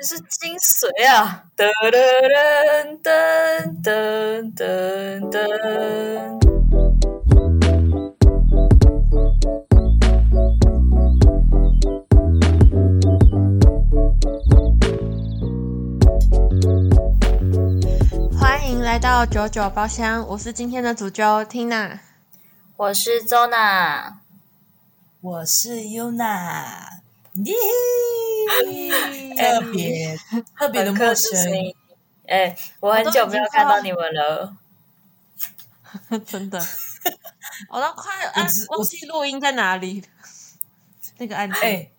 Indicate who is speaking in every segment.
Speaker 1: 就是精髓啊！噔噔噔噔噔噔。
Speaker 2: 欢迎来到九九包厢，我是今天的主角 Tina。
Speaker 1: 我是周娜，
Speaker 3: 我是 Yuna，耶！ 特别特别的
Speaker 1: 哎本科
Speaker 3: 陌
Speaker 1: 之
Speaker 3: 生，
Speaker 1: 声。哎，我很久没有看到你们了。
Speaker 2: 真的， 我都快
Speaker 3: 我
Speaker 2: 按
Speaker 3: 知
Speaker 2: 忘记录音在哪里， 那个按键。
Speaker 3: 哎、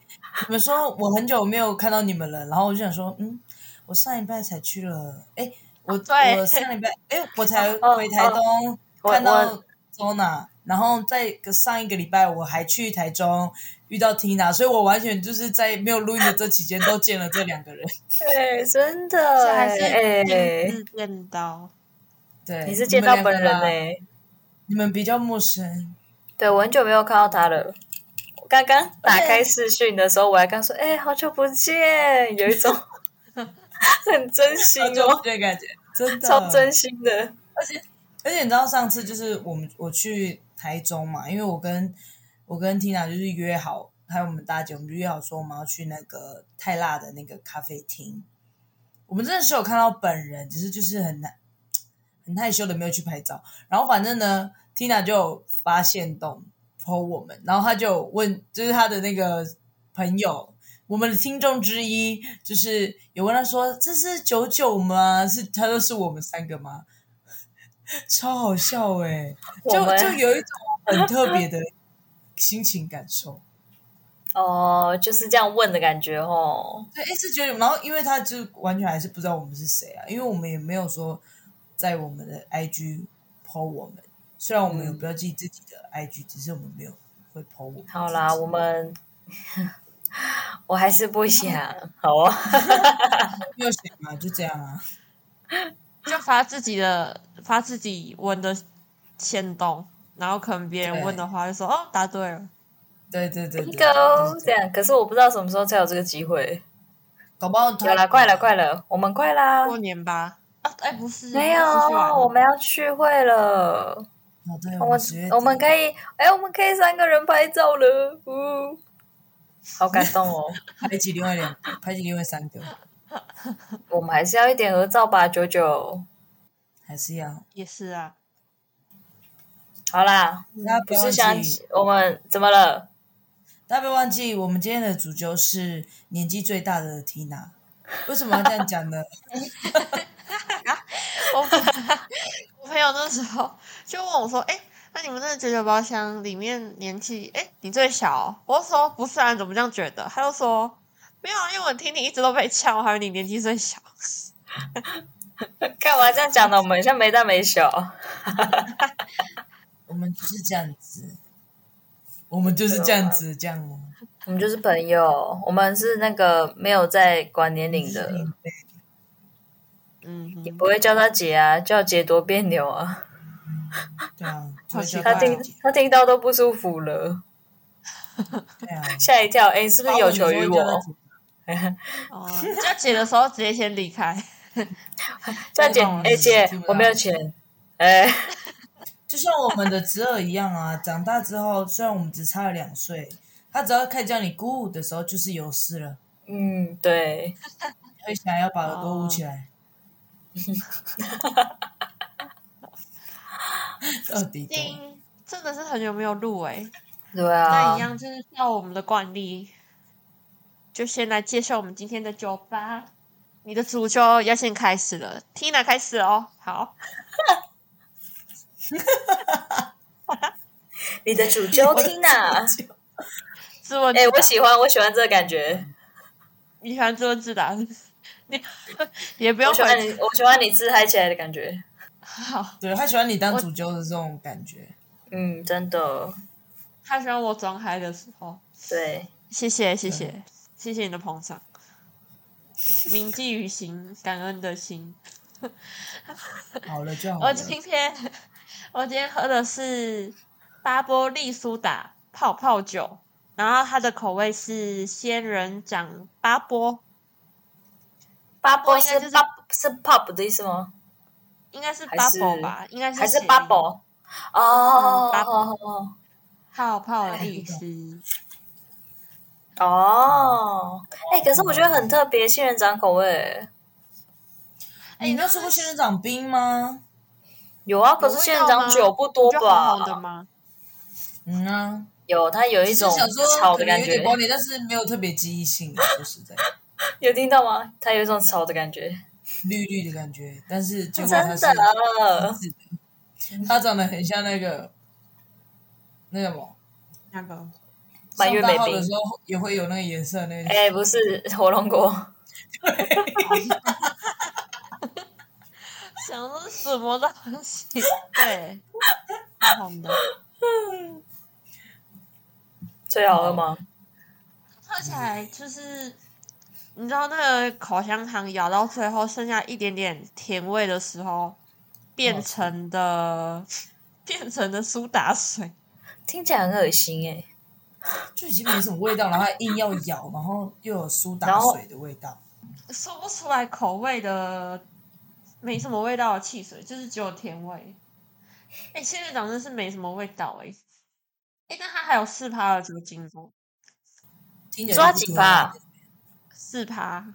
Speaker 3: 你们说我很久没有看到你们了，然后我就想说，嗯，我上礼拜才去了，哎、我
Speaker 2: 对
Speaker 3: 我上礼拜，哎、我才
Speaker 1: 啊哦
Speaker 3: 回台东、
Speaker 1: 我
Speaker 3: 看
Speaker 1: 我
Speaker 3: 到 Zona，然后在上一个礼拜我还去台中遇到 Tina，所以我完全就是在没有录音的这期间都见了这两 个人。
Speaker 1: 对，真的
Speaker 2: 这还是
Speaker 1: 哎
Speaker 2: 第一次见到，
Speaker 3: 对，
Speaker 1: 你是见到
Speaker 3: 们两
Speaker 1: 本
Speaker 3: 个
Speaker 1: 人
Speaker 3: 啦
Speaker 1: 呢、
Speaker 3: 你们比较陌生，
Speaker 1: 对，我很久没有看到他了。我刚刚打开视讯的时候，我还刚说：“哎、好久不见！”有一 种很真心
Speaker 3: 就
Speaker 1: 哦，
Speaker 3: 这个感觉，真的
Speaker 1: 超真心的。
Speaker 3: 而且你知道上次就是我们我去台中嘛，因为我跟我跟 Tina 就是约好，还有我们大姐，我们就约好说我们要去那个泰辣的那个咖啡厅。我们真的是有看到本人，只是就是很难很害羞的没有去拍照。然后反正呢，Tina 就有发现动 po 我们，然后他就有问，就是他的那个朋友。我们的听众之一就是有问他说：“这是九九吗？是他说是我们三个吗？”超好笑哎、
Speaker 1: 我
Speaker 3: 就
Speaker 1: 们
Speaker 3: 就有一种很特别的心情感受。
Speaker 1: 哦，就是这样问的感觉哦。
Speaker 3: 对，哎，是觉得，然后因为他就完全还是不知道我们是谁啊，因为我们也没有说在我们的 IG 抛我们，虽然我们有标记自己的 IG，、只是我们没有会抛我们。
Speaker 1: 好啦，我们 我还是不想，好啊。
Speaker 3: 没有写嘛，就这样啊。
Speaker 2: 就发自己的发自己问的线动，然后可能别人
Speaker 3: 对
Speaker 2: 问的话就说哦答对了，
Speaker 3: 对对对
Speaker 1: Go，
Speaker 3: 对，就是
Speaker 1: 哦这样。可是我不知道什么时候才有这个机会。
Speaker 3: 搞不好他啊
Speaker 1: 有啦，快了，快了，我们快啦！
Speaker 2: 过年吧？啊哎不是，
Speaker 1: 没有，啊
Speaker 2: 出去玩
Speaker 1: 我们要聚会了。
Speaker 3: 哦，对，
Speaker 1: 我们
Speaker 3: 我们十月
Speaker 1: 我们可以，哎、我们可以三个人拍照了，呜，好感动哦！
Speaker 3: 排挤另外两，排挤另外三个，
Speaker 1: 我们还是要一点合照吧，九九。
Speaker 3: 还是要
Speaker 2: 也是啊，
Speaker 1: 好啦，
Speaker 3: 大家不
Speaker 1: 不
Speaker 3: 要
Speaker 1: 是
Speaker 3: 忘
Speaker 1: 想
Speaker 3: 记
Speaker 1: 我们怎么了？
Speaker 3: 大家别忘记，我们今天的主角是年纪最大的 Tina。为什么要这样讲呢？
Speaker 2: 我我朋友那时候就问我说：“哎、那你们那个九九包厢里面年纪，哎、你最小哦、我就说：“不是啊，你怎么这样觉得？”他就说：“没有啊，因为我听你一直都被呛，我还以为你年纪最小。
Speaker 1: 干嘛这样讲呢？我们很像没大没小，
Speaker 3: 我们就是这样子，我们就是这样子，这样哦。
Speaker 1: 我们就是朋友，我们是那个没有在管年龄的，
Speaker 2: 嗯哼”
Speaker 1: 也不会叫她姐啊，叫姐多别扭啊，
Speaker 3: 对啊，
Speaker 2: 好
Speaker 3: 就
Speaker 2: 奇
Speaker 3: 是
Speaker 2: 怪
Speaker 1: 她
Speaker 2: 哦
Speaker 1: 听她听到都不舒服了，
Speaker 3: 对啊，
Speaker 1: 吓一跳。哎、你是不是有求于
Speaker 3: 把
Speaker 1: 我
Speaker 3: 们？说
Speaker 2: 哦，要解的时候直接先离开，
Speaker 1: 叫姐，哎、姐，我没有钱，哎、
Speaker 3: 就像我们的侄儿一样啊。长大之后，虽然我们只差了两岁，他只要开始叫你姑姑的时候，就是有事了，
Speaker 1: 嗯，对。
Speaker 3: 会想要把耳朵捂起来。
Speaker 1: 哦
Speaker 3: 到 底多
Speaker 2: 叮，真的是很久没有录哎、
Speaker 1: 对
Speaker 2: 那
Speaker 1: 啊
Speaker 2: 一，样就是照我们的惯例，就先来介绍我们今天的酒吧。你的主就要先开始了，Tina 开始哦。好，
Speaker 1: 你的主揪哦 Tina，
Speaker 2: 自问
Speaker 1: 哎、
Speaker 2: 自答
Speaker 1: 我喜欢，我喜欢这个感觉，
Speaker 2: 你喜欢自问自答， 你也不
Speaker 1: 我
Speaker 2: 用
Speaker 1: 喜欢
Speaker 2: 回
Speaker 1: 你，我喜欢你自嗨起来的感觉，
Speaker 2: 好，
Speaker 3: 对他喜欢你当主角的这种感觉。
Speaker 1: 嗯，真的，
Speaker 2: 他喜欢我装嗨的时候。
Speaker 1: 对，
Speaker 2: 谢谢，谢谢，谢谢你的捧 场，铭记于心，感恩的心。
Speaker 3: 好了就好
Speaker 2: 我
Speaker 3: 了。
Speaker 2: 今天 我今天喝的是巴波利苏打泡泡酒，然后它的口味是仙人掌巴波，
Speaker 1: bubble
Speaker 2: 应该就是
Speaker 1: 是 bub 是 pop 的意思吗？
Speaker 2: 应该是
Speaker 1: 还是
Speaker 2: bubble 吧，应该
Speaker 1: 还是
Speaker 2: 谐音
Speaker 1: bubble？哦
Speaker 2: 嗯，bubble
Speaker 1: 哦
Speaker 2: 泡泡的
Speaker 3: 哎
Speaker 2: 意思。
Speaker 1: 哦，哎、可是我觉得很特别，仙人掌口味
Speaker 2: 哎
Speaker 3: 你没有吃过仙人掌冰吗？
Speaker 1: 有啊，可是仙人掌酒不多
Speaker 2: 你觉得
Speaker 1: 吧？
Speaker 2: 红红的吗？
Speaker 3: 嗯啊，
Speaker 1: 有，它有一
Speaker 3: 只是
Speaker 1: 种
Speaker 3: 想说
Speaker 1: 草
Speaker 3: 可
Speaker 1: 的
Speaker 3: 能
Speaker 1: 感
Speaker 3: 有
Speaker 1: 觉
Speaker 3: 点，关联，但是没有特别记忆性。啊说实在，
Speaker 1: 有听到吗？它有一种草的感觉，
Speaker 3: 绿绿的感觉，但是结
Speaker 1: 真
Speaker 3: 果
Speaker 1: 的啊
Speaker 3: 它是 它长得很像那个那个什么。
Speaker 2: 那个
Speaker 1: 满月
Speaker 3: 上大
Speaker 1: 美
Speaker 3: 号
Speaker 1: 冰
Speaker 3: 的时候也会有那个颜色，那个、
Speaker 1: 哎、不是火龙果，
Speaker 2: 想的是什么东西？ 对，红红的。
Speaker 1: 最好喝
Speaker 3: 嗯
Speaker 1: 吗？
Speaker 2: 喝起来就是，你知道那个口香糖咬到最后剩下一点点甜味的时候，变成的变成的苏打水，
Speaker 1: 听起来很恶心哎、
Speaker 3: 就已经没什么味道，然后还硬要咬，然后又有苏打
Speaker 1: 然后
Speaker 3: 水的味道。
Speaker 2: 说不出来口味的，没什么味道的汽水，就是只有甜味。哎、仙人掌真是没什么味道哎、哎、但它还有四趴的酒精哦，
Speaker 3: 听起来
Speaker 1: 抓
Speaker 3: 就不
Speaker 1: 几
Speaker 3: 多啊
Speaker 1: 把？
Speaker 2: 四趴，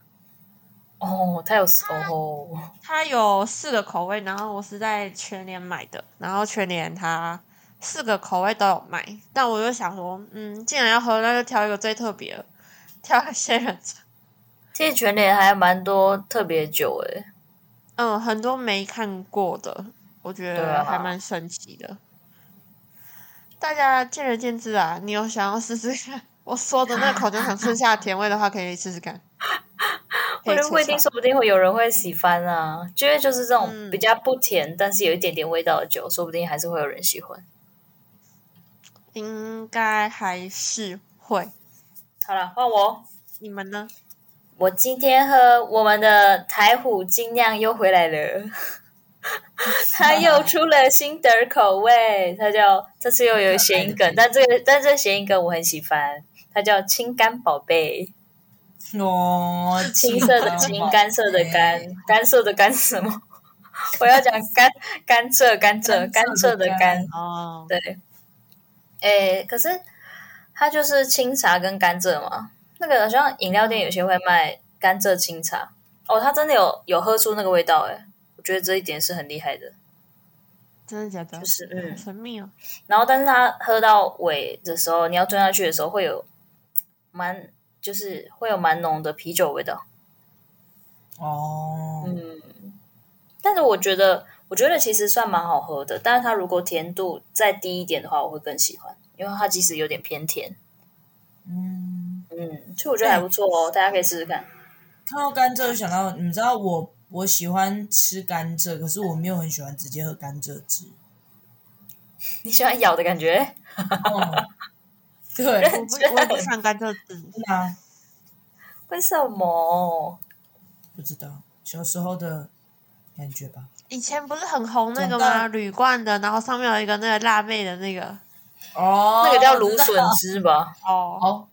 Speaker 1: 哦，它有哦
Speaker 3: 啊
Speaker 1: 吼，
Speaker 2: 它有四个口味，然后我是在全联买的，然后全联它四个口味都有卖，但我就想说，嗯，既然要喝，那就挑一个最特别的，挑个仙人掌。
Speaker 1: 这全年还蛮多特别酒哎、
Speaker 2: 嗯，很多没看过的，我觉
Speaker 1: 对
Speaker 2: 得
Speaker 1: 啊
Speaker 2: 还蛮神奇的。大家见仁见智啊，你有想要试试看？我说的那个口香糖剩下的甜味的话，可以试 试看。
Speaker 1: 我
Speaker 2: 可以
Speaker 1: 觉得不一
Speaker 2: 试
Speaker 1: 定，
Speaker 2: 试
Speaker 1: 说不定会有人会喜欢啊。因为就是这
Speaker 2: 嗯
Speaker 1: 种比较不甜，但是有一点点味道的酒，说不定还是会有人喜欢。
Speaker 2: 看应该还是会。
Speaker 1: 好了，换我。
Speaker 2: 你们呢？
Speaker 1: 我今天喝我们的台虎精酿又回来 了，它又出了新的口味，它叫这次又有谐音 梗，但这个但这个谐音梗我很喜欢，它叫青柑宝贝，
Speaker 3: 哦，
Speaker 1: 青色的青，干涩的干
Speaker 3: 哎，
Speaker 1: 干涩的干是什么？ 我要讲甘甘蔗甘蔗甘
Speaker 3: 甘
Speaker 1: 蔗
Speaker 3: 蔗
Speaker 1: 的
Speaker 3: 的
Speaker 1: 甘
Speaker 3: 甘，
Speaker 2: 哦，
Speaker 1: 对，诶，可是它就是清茶跟甘蔗嘛。那个好像饮料店有些会卖甘蔗清茶，哦，它真的有有喝出那个味道诶，我觉得这一点是很厉害的，
Speaker 2: 真的假的？
Speaker 1: 就是
Speaker 2: 好
Speaker 1: 嗯。
Speaker 2: 神秘哦。
Speaker 1: 然后，但是它喝到尾的时候，你要吞下去的时候，会有蛮就是会有蛮浓的啤酒味道。
Speaker 3: 哦，
Speaker 1: 嗯，但是我觉得，我觉得其实算蛮好喝的。但是它如果甜度再低一点的话，我会更喜欢，因为它其实有点偏甜。
Speaker 3: 嗯，
Speaker 1: 嗯，所以我觉得还不错哦，大家可以试试看。
Speaker 3: 看到甘蔗就想到，你们知道我我喜欢吃甘蔗，可是我没有很喜欢直接喝甘蔗汁。
Speaker 1: 你喜欢咬的感觉？
Speaker 3: 哦， 对，
Speaker 2: 我不，我也不想甘蔗汁。
Speaker 3: 真的啊，
Speaker 1: 为什么？
Speaker 3: 不知道小时候的感觉吧。
Speaker 2: 以前不是很红那个
Speaker 3: 长
Speaker 2: 吗？
Speaker 3: 大
Speaker 2: 铝罐的，然后上面有一个那个辣妹的那个。
Speaker 3: 哦，
Speaker 1: 那个叫芦笋汁吧？
Speaker 2: 哦，
Speaker 3: 好，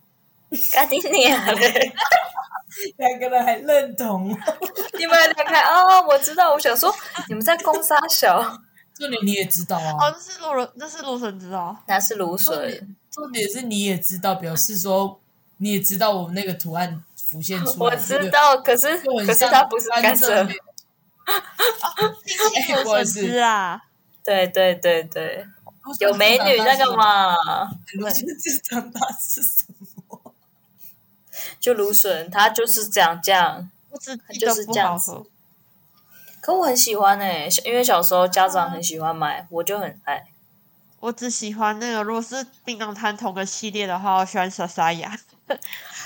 Speaker 1: 赶紧你啊嘞！
Speaker 3: 两个人还认同。
Speaker 1: 你们两个哦，我知道，我想说你们在攻杀小，
Speaker 3: 重点你也知道
Speaker 2: 哦，
Speaker 3: 啊，
Speaker 2: 这是芦这是芦笋汁 哦。
Speaker 1: 那是芦
Speaker 3: 重
Speaker 1: 笋
Speaker 3: 点。重点是你也知道，表示说你也知道我们那个图案浮现出来。
Speaker 1: 我知道，可是
Speaker 3: 这个，就很
Speaker 1: 可是
Speaker 3: 像
Speaker 1: 它不是甘
Speaker 3: 甘
Speaker 1: 蔗
Speaker 3: 蔗。
Speaker 2: 冰淇
Speaker 3: 哎
Speaker 2: 淋
Speaker 3: 不好
Speaker 2: 芦
Speaker 3: 意思
Speaker 2: 笋汁啊，
Speaker 1: 对对对对，有美女那个？嘛，
Speaker 3: 芦笋汁长大是什么？
Speaker 1: 就芦笋，它就是长这样。
Speaker 2: 我只记
Speaker 1: 就
Speaker 2: 得
Speaker 1: 是
Speaker 2: 不
Speaker 1: 这样
Speaker 2: 好
Speaker 1: 子
Speaker 2: 喝。
Speaker 1: 可我很喜欢哎、小因为小时候家长很喜欢买，我就很爱。
Speaker 2: 我只喜欢那个，如果是槟榔摊同个系列的话，我喜欢莎 莎雅，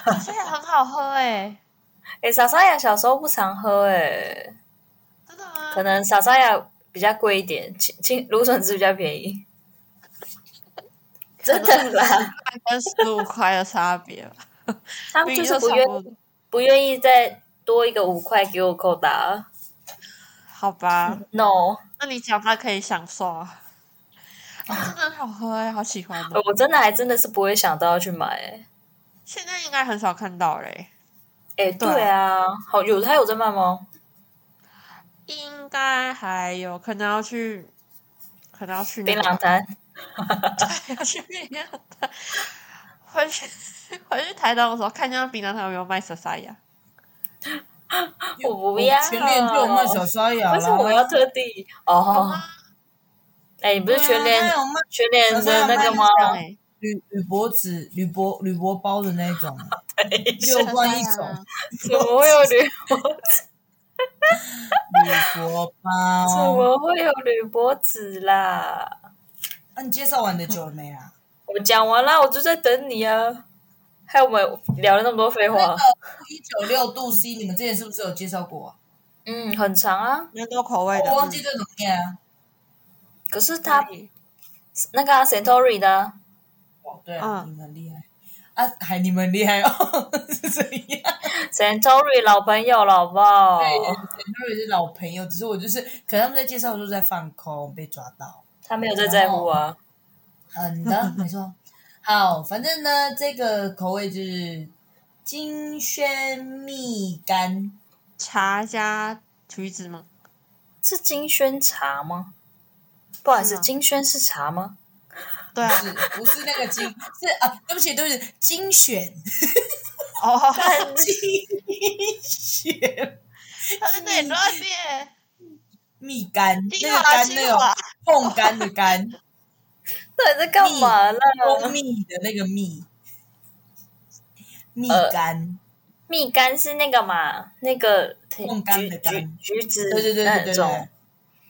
Speaker 2: 莎莎雅很好喝哎、
Speaker 1: 哎、莎莎雅小时候不常喝哎、
Speaker 2: 真的吗？
Speaker 1: 可能莎莎雅比较贵一点，青青芦笋汁比较便宜。 真的啦，
Speaker 2: 跟十五块的差 别吧，
Speaker 1: 他们
Speaker 2: 明
Speaker 1: 就是
Speaker 2: 明就
Speaker 1: 不
Speaker 2: 差
Speaker 1: 愿
Speaker 2: 不多。
Speaker 1: 不愿意再多一个五块给我扣打。
Speaker 2: 好
Speaker 1: 嗯
Speaker 2: 吧，
Speaker 1: No，
Speaker 2: 那你讲话可以享受啊。哦、真的很好喝哎、好喜欢哦！
Speaker 1: 我真的还真的是不会想到要去买、欸。
Speaker 2: 现在应该很少看到嘞、
Speaker 1: 哎，
Speaker 2: 对
Speaker 1: 对啊，好有他有在卖吗？
Speaker 2: 应该还有可能要去，可能要去那
Speaker 1: 槟
Speaker 2: 个
Speaker 1: 榔摊，
Speaker 2: 要 去那样的。回去 回去台东的时候，看一下槟榔摊有没有卖沙沙呀。
Speaker 1: 我不要
Speaker 3: 全联就有卖小刷牙
Speaker 1: 为什么我
Speaker 3: 啦。
Speaker 1: 要特地？哦，哎，你不是全联
Speaker 3: 对啊它有卖
Speaker 1: 全联的那个吗？
Speaker 2: 对，
Speaker 3: 铝铝箔纸、铝箔铝箔包的那种，
Speaker 2: 沙
Speaker 3: 六
Speaker 2: 沙
Speaker 3: 罐一
Speaker 2: 呀
Speaker 3: 种，
Speaker 1: 怎么会有铝？
Speaker 3: 铝箔
Speaker 1: 怎
Speaker 3: 包。
Speaker 1: 么会有铝箔纸啦？
Speaker 3: 那、你介绍完你的酒了 没啊？
Speaker 1: 我讲完啦，我就在等你啊。害我们聊了那么多废话，
Speaker 3: 一九六度 C，你们之前是不是有介绍过啊？
Speaker 1: 嗯，很长啊。
Speaker 2: 蛮多口味的。嗯
Speaker 3: 我忘记这怎么念啊。
Speaker 1: 可是
Speaker 2: 它
Speaker 1: 它那个、啊、Santori 的啊、
Speaker 3: 哦，对啊，
Speaker 2: 嗯
Speaker 3: 你们厉害啊，还你们厉害哦， 是怎样？
Speaker 1: Santori 老朋友了，好不好？
Speaker 3: 对，很多人是老朋友，只是我就是可能他们在介绍的时候在放空，被抓到。
Speaker 1: 他没有在在乎啊。
Speaker 3: 哦嗯 的，没错。好，反正呢，这个口味就是金萱蜜柑，
Speaker 2: 茶加橘子吗？
Speaker 1: 是金萱茶吗？不好意思，
Speaker 2: 是
Speaker 3: 啊
Speaker 2: 吗
Speaker 1: 金萱是茶吗？
Speaker 2: 对 啊
Speaker 3: 不，是不是那个金，是啊，对不起，对不起，精选，
Speaker 2: 哦，
Speaker 3: 精选
Speaker 2: 它是那里多变，
Speaker 3: 蜜柑，
Speaker 2: 精
Speaker 3: 那个
Speaker 2: 华
Speaker 3: 柑那
Speaker 2: 精
Speaker 3: 个
Speaker 2: 华，
Speaker 3: 碰柑的 柑，
Speaker 1: 到底在干嘛啦？
Speaker 2: 嗯
Speaker 3: 蜂蜜的那个蜜，蜜
Speaker 1: 呃
Speaker 3: 柑，
Speaker 1: 蜜柑是那个嘛？那个
Speaker 3: 碰柑
Speaker 1: 橘
Speaker 3: 的
Speaker 1: 橘
Speaker 3: 柑
Speaker 1: 橘子
Speaker 2: 呃
Speaker 3: 对对对对
Speaker 1: 那
Speaker 3: 对
Speaker 1: 种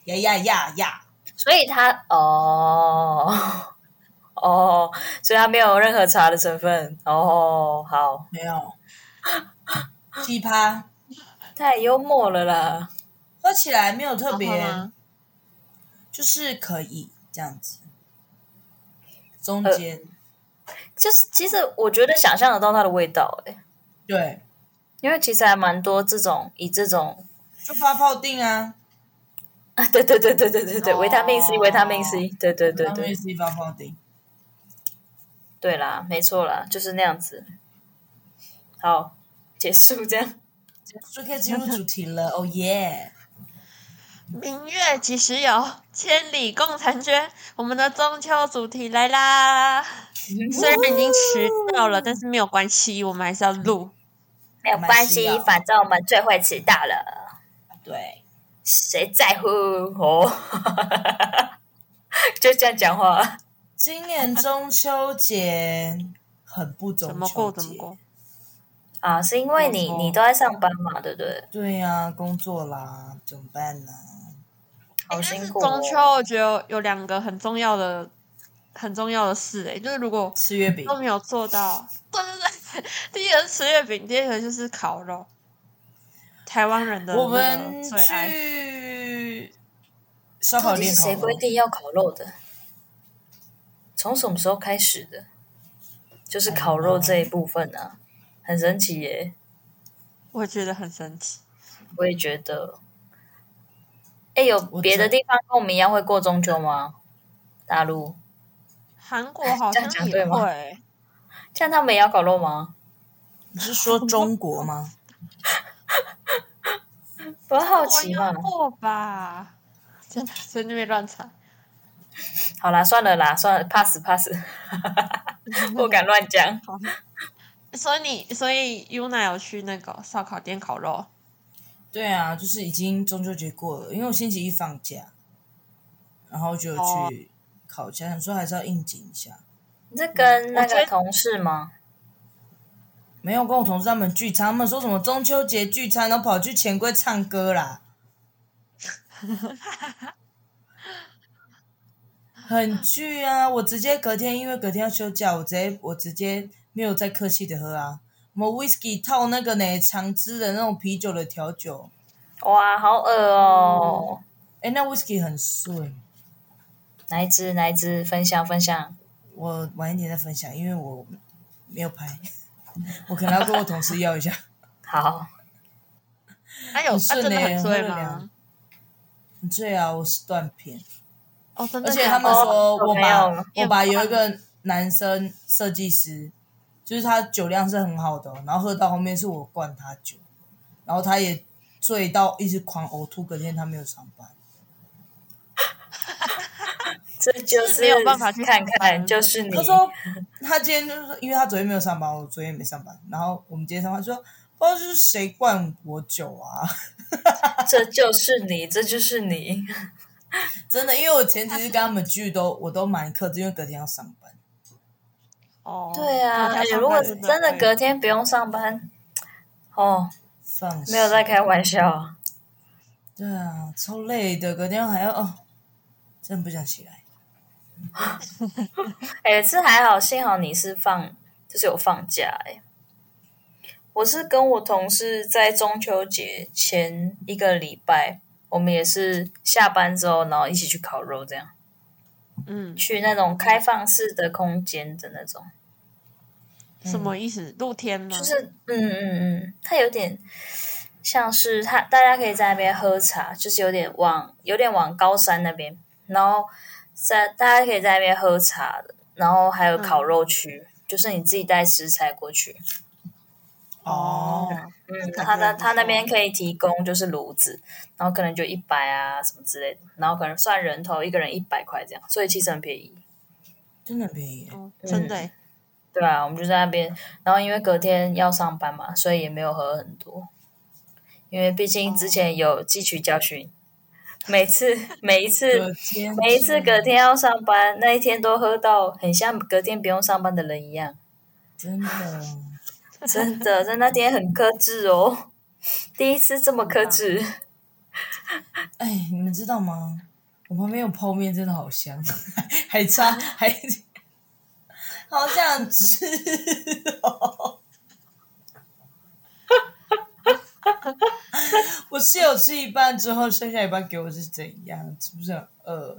Speaker 3: 对，，呀呀呀呀，
Speaker 1: 所以它哦哦，所以它没有任何茶的成分哦。好，
Speaker 3: 没有，奇葩，
Speaker 1: 太幽默了啦！
Speaker 3: 喝起来没有 特别。
Speaker 2: 好喝吗
Speaker 3: 就是可以这样子，中
Speaker 1: 呃
Speaker 3: 间、
Speaker 1: 就是其实我觉得想象得到它的味道、欸，
Speaker 3: 对，
Speaker 1: 因为其实还蛮多这种以这种
Speaker 3: 就发泡定啊，
Speaker 1: 啊，对对对对对对对，
Speaker 2: 哦
Speaker 1: 维他命 C，维他命 C，对对对
Speaker 3: 他们也
Speaker 1: 对
Speaker 3: 是发泡定。
Speaker 1: 对啦，没错啦，就是那样子。好，结束这样。
Speaker 3: 就可以进入主题了，哦耶！
Speaker 2: 明月几时有，千里共婵娟。我们的中秋主题来啦！虽然已经迟到了，但是没有关系，我们还是要录。
Speaker 1: 没有
Speaker 3: 蛮
Speaker 1: 关
Speaker 3: 需
Speaker 1: 系啊
Speaker 3: 要，
Speaker 1: 反正我们最会迟到了，
Speaker 3: 对，
Speaker 1: 谁在乎？哦， 就这样讲话。
Speaker 3: 今年中秋节很不中
Speaker 2: 怎么
Speaker 3: 秋
Speaker 2: 过
Speaker 3: 节
Speaker 2: 怎么，过？
Speaker 1: 啊，是因为你
Speaker 2: 没错
Speaker 1: 你都在上班嘛，对不对？
Speaker 3: 对呀、工作啦，怎么办呢？
Speaker 1: 好
Speaker 2: 哎但
Speaker 1: 辛
Speaker 2: 是
Speaker 1: 苦、
Speaker 2: 中秋，
Speaker 1: 哦。
Speaker 2: 我觉得有有两个很重要的、很重要的事诶、就是如果
Speaker 3: 吃月饼
Speaker 2: 都没有做到，对对对，第一个是吃月饼，第二个就是烤肉。台湾人的
Speaker 3: 我
Speaker 2: 那
Speaker 3: 们
Speaker 2: 个最爱，
Speaker 3: 去烧烤
Speaker 1: 到底是
Speaker 3: 店烤
Speaker 1: 谁
Speaker 3: 肉
Speaker 1: 规定要烤肉的？从什么时候开始的？就是烤肉这一部分啊，很神奇耶、
Speaker 2: 我觉得很神奇。
Speaker 1: 我也觉得。哎，有
Speaker 3: 我
Speaker 1: 别的
Speaker 3: 这
Speaker 1: 地方跟我们一样会过中秋吗？大陆，
Speaker 2: 韩国好
Speaker 1: 这样讲
Speaker 2: 像
Speaker 1: 对
Speaker 2: 也
Speaker 1: 吗
Speaker 2: 会、
Speaker 1: 这样他们也要烤肉吗？
Speaker 3: 你是说中国吗？
Speaker 1: 我好奇嘛
Speaker 2: 我。用过吧？ 真的在那边乱猜。
Speaker 1: 好啦，算了啦，算了，pass pass，不敢乱讲。
Speaker 2: 所以你，所以 Yuna 有去那个烧烤店烤肉，
Speaker 3: 对啊，就是已经中秋节过了，因为我星期一放假，然后就
Speaker 2: 哦
Speaker 3: 去烤家，想说还是要应景一下。
Speaker 1: 你这跟那
Speaker 2: 我觉
Speaker 1: 个
Speaker 2: 得
Speaker 1: 同事吗？
Speaker 3: 没有跟我同事他们聚餐，他们说什么中秋节聚餐，然后跑去钱柜唱歌啦，很聚啊！我直接隔天，因为隔天要休假，我直接我直接没有再客气的喝啊，我们 whisky 套那个呢长枝的那种啤酒的调酒，
Speaker 1: 哇，好恶哦！
Speaker 3: 哎，那 whisky 很顺。
Speaker 1: 哪一只？哪一只？分享分享。
Speaker 3: 我晚一点再分享，因为我没有拍， 我可能要跟我同事要一下。
Speaker 1: 好，
Speaker 2: 哎有，他、
Speaker 3: 很顺
Speaker 2: 真的
Speaker 3: 欸
Speaker 2: 很
Speaker 3: 喝
Speaker 2: 醉
Speaker 3: 了
Speaker 2: 吗
Speaker 3: 两？对啊，我是断片，
Speaker 2: 哦，真的
Speaker 3: 而
Speaker 2: 假
Speaker 3: 且
Speaker 2: 的，
Speaker 3: 他们说
Speaker 1: 哦
Speaker 3: 我把
Speaker 1: 我没有
Speaker 3: 我把有一个男生设计师，就是他酒量是很好的哦、然后喝到后面是我灌他酒，然后他也醉到一直狂呕吐，隔天他没有上班。
Speaker 1: 这就是
Speaker 2: 没有办法去
Speaker 1: 看
Speaker 2: 上班
Speaker 1: 看，就是你
Speaker 3: 他说他今天就是因为他昨天没有上班，我昨天也没上班，然后我们今天上班，他说不知道是谁灌我酒啊，
Speaker 1: 这就是你，这就是你。
Speaker 3: 真的，因为我前几次跟他们聚都我都蛮克制，因为隔天要上班。
Speaker 2: 哦，
Speaker 1: 对啊，
Speaker 2: 大家
Speaker 1: 哎
Speaker 2: 上
Speaker 1: 如果
Speaker 2: 班
Speaker 1: 真的隔天不用上班，哦，
Speaker 3: 放
Speaker 1: 没有在开玩笑。啊
Speaker 3: 对啊，超累的，隔天还要哦，真的不想起来。
Speaker 1: 哎，是还好，幸好你是放，就是有放假哎、我是跟我同事在中秋节前一个礼拜，我们也是下班之后，然后一起去烤肉，这样
Speaker 2: 嗯，
Speaker 1: 去那种开放式的空间的那种，
Speaker 2: 什么意思？露天吗？
Speaker 1: 就是嗯嗯嗯，它有点像是它，大家可以在那边喝茶，就是有点往有点往高山那边，然后在大家可以在那边喝茶的，然后还有烤肉区，就是你自己带食材过去，
Speaker 2: 哦，
Speaker 1: 嗯，他
Speaker 3: 感觉还
Speaker 1: 那
Speaker 3: 不
Speaker 1: 他那
Speaker 3: 错
Speaker 1: 边可以提供就是炉子，然后可能就一百啊什么之类的，然后可能算人头一个人一百块这样，所以其实很便宜。
Speaker 3: 真的很便宜耶。
Speaker 2: 嗯真的欸，
Speaker 1: 对啊，我们就在那边，然后因为隔天要上班嘛，所以也没有喝很多，因为毕竟之
Speaker 3: 哦
Speaker 1: 前有汲取教训，每次每一次
Speaker 3: 隔天
Speaker 1: 每一次隔天要上班那一天都喝到很像隔天不用上班的人一样，
Speaker 3: 真的，
Speaker 1: 真的在那天很克制哦， 第一次这 么
Speaker 3: 啊
Speaker 1: 克制。
Speaker 3: 哎，你们知道吗？我旁边有泡面，真的好香， 还差还好想吃哦！我室友吃一半之后，剩下一半给我是怎样？是不是很饿？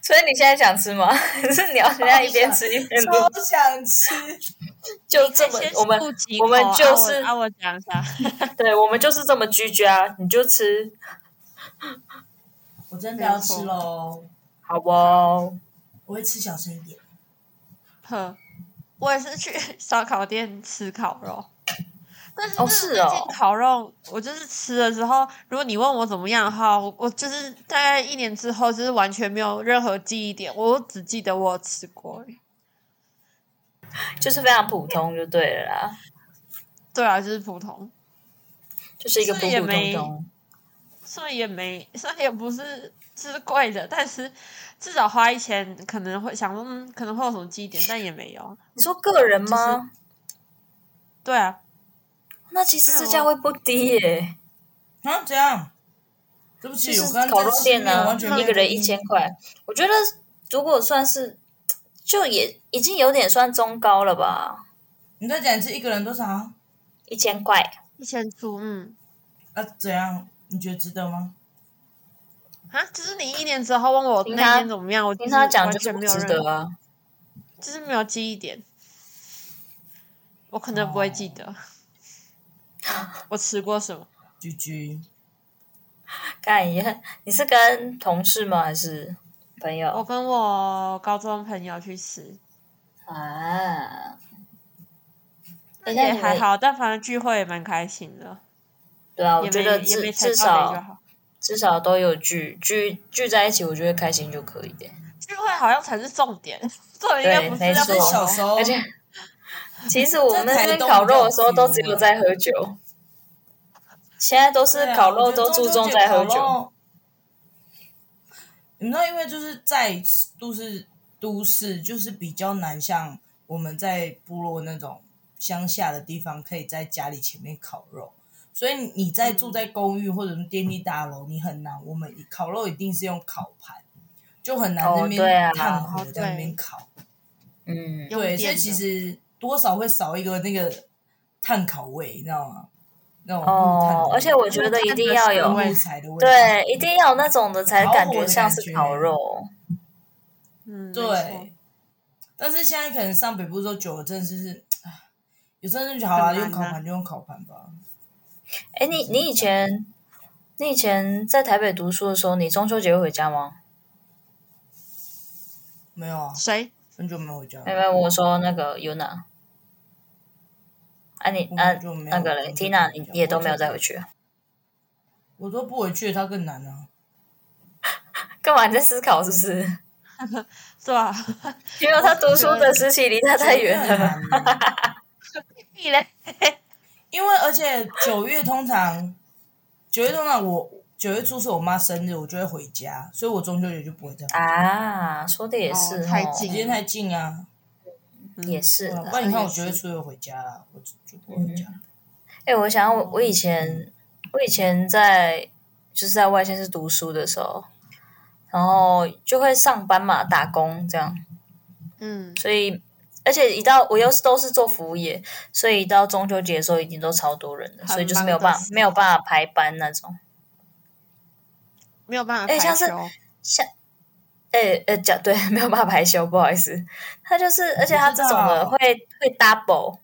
Speaker 1: 所以你现在想吃吗？ 是你要现在一边吃一边录
Speaker 3: 超，想吃！
Speaker 1: 就这么
Speaker 2: 先
Speaker 1: 我们
Speaker 2: 顾及
Speaker 1: 我们
Speaker 2: 口啊
Speaker 1: 就是
Speaker 2: 我啊，我讲一下，
Speaker 1: 对，我们就是这么居家，你就吃，
Speaker 3: 我真的要吃喽！
Speaker 1: 好不好？
Speaker 3: 我会吃小声一点。
Speaker 2: 呵，我也是去 烧烤店吃烤肉，但是
Speaker 1: 哦
Speaker 2: 那
Speaker 1: 是
Speaker 2: 那
Speaker 1: 哦
Speaker 2: 间烤肉我就是吃了之后，如果你问我怎么样的话，我我就是大概一年之后，就是完全没有任何记忆点，我只记得我有吃过而已。
Speaker 1: 就是非常普通就对了啦，
Speaker 2: 对啊，就是普通，
Speaker 1: 就是一个普
Speaker 2: 是也
Speaker 1: 普通
Speaker 2: 没
Speaker 1: 通。
Speaker 2: 虽然也没，虽然也不是是贵的，但是至少花一千可能会想说，嗯，可能会有什么记忆点，但也没有。
Speaker 1: 你说个人吗？
Speaker 2: 对啊，
Speaker 1: 那其实
Speaker 2: 对
Speaker 1: 这
Speaker 2: 哦
Speaker 1: 价位不低耶、
Speaker 3: 啊？怎样？对不
Speaker 1: 就
Speaker 3: 起，
Speaker 1: 是
Speaker 3: 我刚
Speaker 1: 烤
Speaker 3: 刚
Speaker 1: 肉
Speaker 3: 在吃
Speaker 1: 店
Speaker 3: 面，
Speaker 1: 呢、
Speaker 3: 完全没
Speaker 1: 一个人
Speaker 3: 注意
Speaker 1: 一千。块，我觉得如果算是，就也已经有点算中高了吧，
Speaker 3: 你再讲一次，一个人多少？
Speaker 1: 一千块
Speaker 2: 一千出，嗯，
Speaker 3: 啊，怎样？你觉得值得吗？
Speaker 2: 啊，就是你一年之后问我
Speaker 1: 听
Speaker 2: 那
Speaker 1: 他
Speaker 2: 天怎么样，我就
Speaker 1: 听
Speaker 2: 是
Speaker 1: 他讲
Speaker 2: 完
Speaker 1: 就是
Speaker 2: 全
Speaker 1: 不
Speaker 2: 没有
Speaker 1: 值
Speaker 2: 任何，
Speaker 1: 得啊。
Speaker 2: 就是没有记忆点，我可能不会记
Speaker 1: 哦
Speaker 2: 得、我吃过什么。
Speaker 3: 居居，
Speaker 1: 干一样，你是跟同事吗？还是朋
Speaker 2: 我
Speaker 1: 友
Speaker 2: 跟我高中朋友去吃，
Speaker 1: 啊？
Speaker 2: 那
Speaker 1: 诶那
Speaker 2: 也
Speaker 1: 你
Speaker 2: 还
Speaker 1: 们
Speaker 2: 好，但反正聚会也蛮开心的，
Speaker 1: 对啊，我
Speaker 2: 也
Speaker 1: 觉
Speaker 2: 没
Speaker 1: 得
Speaker 2: 也
Speaker 1: 至
Speaker 2: 没踩
Speaker 1: 至
Speaker 2: 到雷就
Speaker 1: 少
Speaker 2: 好。
Speaker 1: 至少都有聚聚聚在一起，我觉得开心就可以的。
Speaker 2: 聚会好像才是重点，重点应该
Speaker 1: 对
Speaker 2: 不是
Speaker 1: 没
Speaker 2: 要
Speaker 1: 错
Speaker 2: 不
Speaker 3: 小时候
Speaker 1: 而且，其实我们
Speaker 3: 在
Speaker 1: 那
Speaker 3: 台
Speaker 1: 边
Speaker 3: 东
Speaker 1: 烤
Speaker 3: 比较
Speaker 1: 肉的时候，
Speaker 3: 自由
Speaker 1: 都只有在喝酒。现在都是
Speaker 3: 对啊
Speaker 1: 烤
Speaker 3: 我
Speaker 1: 肉
Speaker 3: 觉得
Speaker 1: 都
Speaker 3: 中
Speaker 1: 注
Speaker 3: 秋
Speaker 1: 重
Speaker 3: 节
Speaker 1: 在喝
Speaker 3: 烤
Speaker 1: 酒，
Speaker 3: 肉。你知道，因为就是在都市都市，就是比较难像我们在部落那种乡下的地方，可以在家里前面烤肉。所以你在
Speaker 1: 嗯
Speaker 3: 住在公寓或者是电梯大楼，你很难。我们烤肉一定是用烤盘，就很难
Speaker 1: 哦
Speaker 3: 那
Speaker 1: 对啊
Speaker 3: 边炭火
Speaker 2: 哦
Speaker 3: 在那边
Speaker 2: 对
Speaker 3: 烤。
Speaker 2: 啊
Speaker 1: 嗯，
Speaker 2: 用
Speaker 3: 对，所
Speaker 2: 电
Speaker 3: 以其
Speaker 2: 的
Speaker 3: 实多少会少一个那个炭烤味，你知道吗？那种木炭
Speaker 1: 哦
Speaker 3: 的味，道
Speaker 1: 而且我觉得一定要有
Speaker 2: 木，
Speaker 3: 木材的味道。
Speaker 1: 对，一定要有那种的才
Speaker 3: 烤
Speaker 1: 感
Speaker 3: 火
Speaker 1: 觉
Speaker 3: 的
Speaker 1: 像
Speaker 3: 感
Speaker 1: 是
Speaker 3: 觉
Speaker 1: 烤肉。
Speaker 2: 嗯，没错
Speaker 3: 对，但是现在可能上北部之后，久了真的是，唉有时候就觉得好啦，
Speaker 2: 很难啊
Speaker 3: 用烤盘就用烤盘吧。
Speaker 1: 哎，你你以前你以前在台北读书的时候，你中秋节会回家吗？
Speaker 3: 没有啊，
Speaker 2: 谁？
Speaker 3: 很久没有回家了。
Speaker 1: 没有，没有我说那个 Yuna，啊你
Speaker 3: 我
Speaker 1: 啊
Speaker 3: 们嗯就没有
Speaker 1: 那个嘞
Speaker 3: 我们就
Speaker 1: ，Tina
Speaker 3: 不
Speaker 1: 你
Speaker 3: 讲
Speaker 1: 你也都没有
Speaker 3: 我就
Speaker 1: 再回去啊，
Speaker 3: 我都不回去了，他更难啊。
Speaker 1: 干嘛你在思考是不是？
Speaker 2: 对吧？
Speaker 1: 因为他读书的时期离他太远
Speaker 3: 真的
Speaker 1: 了。
Speaker 3: 很难啊
Speaker 2: 你嘞？
Speaker 3: 因为而且九月通常，九月通常我九月初是我妈生日，我就会回家，所以我中秋节就不会再回。
Speaker 1: 啊，说的也是
Speaker 2: 哦太
Speaker 1: 哦
Speaker 2: 近
Speaker 3: 时间太近啊，
Speaker 1: 也是
Speaker 3: 对啊
Speaker 1: 啦。
Speaker 3: 不然你看
Speaker 2: 也
Speaker 3: 我
Speaker 2: 是
Speaker 3: 九月初就回家了，我就就不会回家。
Speaker 1: 哎、我想我我以前我以前在就是在外县市读书的时候，然后就会上班嘛，打工这样，
Speaker 2: 嗯，
Speaker 1: 所以而且一到我又是都是做服务业，所以一到中秋节的时候已经都超多人了，
Speaker 2: 很
Speaker 1: 所以就是
Speaker 2: 忙
Speaker 1: 没有
Speaker 2: 的
Speaker 1: 办法
Speaker 2: 事
Speaker 1: 没有办法排班那种。
Speaker 2: 没有办法
Speaker 1: 哎
Speaker 2: 排
Speaker 1: 像是
Speaker 2: 休，
Speaker 1: 像，呃、呃，讲对，没有办法排休，不好意思，他就是，而且他这种的
Speaker 3: 我
Speaker 1: 会会 double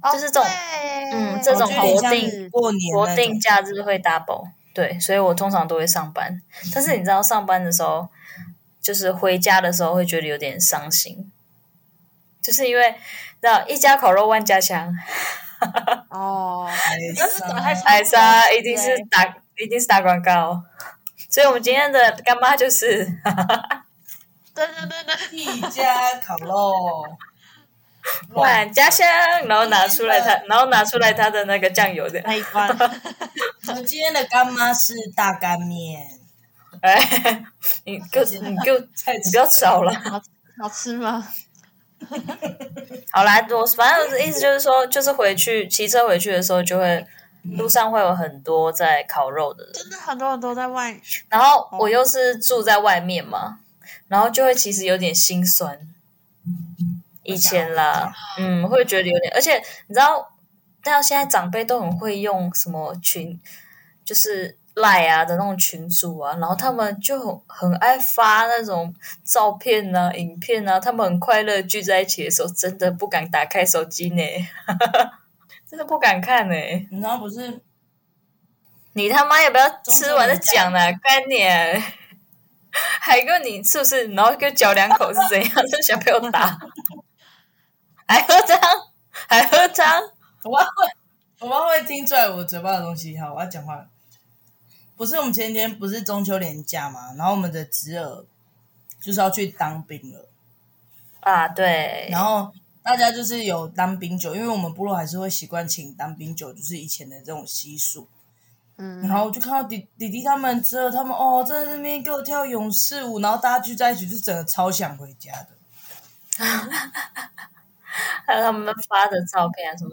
Speaker 2: 哦
Speaker 1: 就是这种
Speaker 2: 对
Speaker 1: 嗯这种
Speaker 3: 哦就
Speaker 1: 活
Speaker 3: 有点像
Speaker 1: 定
Speaker 3: 是过年
Speaker 1: 国
Speaker 3: 那种
Speaker 1: 定假日会 double，对，所以我通常都会上班，但是你知道上班的时候，就是回家的时候会觉得有点伤心，就是因为那一家烤肉万家香，
Speaker 2: 哦，
Speaker 3: 哎
Speaker 2: 是打太
Speaker 1: 艾莎
Speaker 2: 对
Speaker 1: 一定是打一定是打广告，所以我们今天的干妈就是。
Speaker 2: 对对对对，
Speaker 3: 一家烤 肉，
Speaker 1: 万家香，然后拿出来他，然后拿出来他的 那个酱油的，
Speaker 2: 那一关
Speaker 3: 我们今天的干妈是大干面，
Speaker 1: 哎， 你给我你给我
Speaker 3: 菜
Speaker 1: 你不要吵了。
Speaker 2: 好好吃吗？
Speaker 1: 好啦，我反正我的意思就是说，就是回去骑车回去的时候，就会路上会有很多在烤肉的人，
Speaker 2: 真的很多人都在外，
Speaker 1: 然后我又是住在外面嘛，然后就会其实有点心酸。以前啦，嗯，会觉得有点，而且你知道，到现在长辈都很会用什么群，就是赖啊的那种群组啊，然后他们就很很爱发那种照片啊、影片啊，他们很快乐聚在一起的时候，真的不敢打开手机呢， 真的不敢看呢、
Speaker 3: 你知道不是
Speaker 1: 你他妈要不要吃完再
Speaker 3: 中间
Speaker 1: 讲
Speaker 3: 人
Speaker 1: 呢、干你啊、海哥，你是不是？然后给我嚼两口是怎样？就想被我打？ 还喝汤？还喝汤？
Speaker 3: 我妈会，我妈会听出来我嘴巴的东西。好，我要讲话了。不是我们前天不是中秋连假嘛，然后我们的侄儿就是要去当兵了，
Speaker 1: 啊，对，
Speaker 3: 然后大家就是有当兵酒，因为我们部落还是会习惯请当兵酒，就是以前的这种习俗。
Speaker 2: 嗯
Speaker 3: 然，后我就看到弟弟弟他们侄儿他们哦，在那边给我跳勇士舞，然后大家聚在一起，就整个超想回家的。
Speaker 1: 还有他们发的照片啊什么。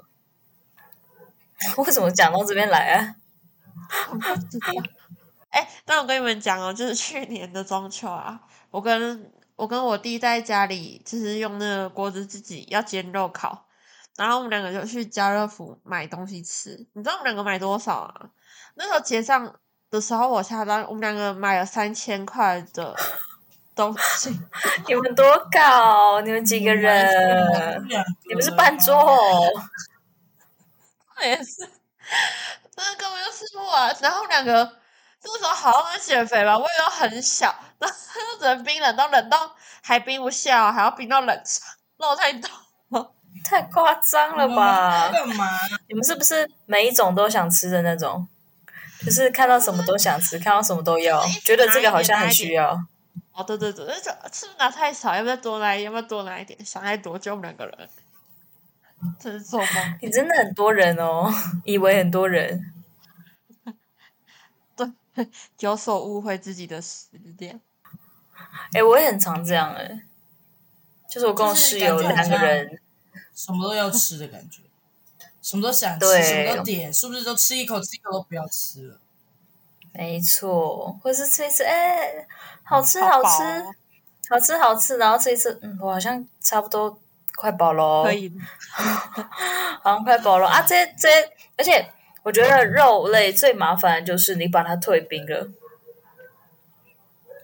Speaker 1: 为什么讲到这边来啊？
Speaker 2: 哎、那我跟你们讲哦，就是去年的中秋啊，我跟我跟我弟在家里，就是用那个锅子自己要煎肉烤，然后我们两个就去家乐福买东西吃。你知道我们两个买多少啊？那时候结账的时候我下单，我们两个买了三千块的东西，
Speaker 1: 你们多搞？你们几个人？
Speaker 3: 两个
Speaker 1: 你们是半桌哦？
Speaker 2: 那 也是，那根本就吃不完。然后我们两个那时候好像在减肥吧，胃又很小，然后 又只能冰冷到冷到还冰不下，哦还要冰到冷藏，肉太多。
Speaker 1: 太夸张了吧！
Speaker 3: 干嘛？
Speaker 1: 你们是不是每一种都想吃的那种？就是看到什么都想吃，看到什么都要
Speaker 2: 就是一，直
Speaker 1: 觉得这个好像很需要。
Speaker 2: 哦，对对对，那就是不是拿太少，要不要多来？要不要多拿一点？想太多，就我们两个人，真是做梦。
Speaker 1: 你真的很多人哦，以为很多人。
Speaker 2: 有所误会自己的时间，
Speaker 1: 哎、我也很常这样哎、就是我跟我室友
Speaker 3: 就是感
Speaker 1: 两
Speaker 3: 觉很
Speaker 1: 个
Speaker 3: 像
Speaker 1: 人，
Speaker 3: 什么都要吃的感 觉，什么都想吃，
Speaker 1: 对
Speaker 3: 什么都点，是不是都吃一口，吃一口都不要吃了？
Speaker 1: 没错，或是吃一次，哎、好吃
Speaker 2: 好
Speaker 1: 好
Speaker 2: 饱
Speaker 1: 吃
Speaker 2: 哦
Speaker 1: 好吃好吃，然后吃一次，嗯，我好像差不多快饱喽，
Speaker 2: 哦可以
Speaker 1: 好像快饱了啊！这这，而且我觉得肉类最麻烦的就是你把它退冰了，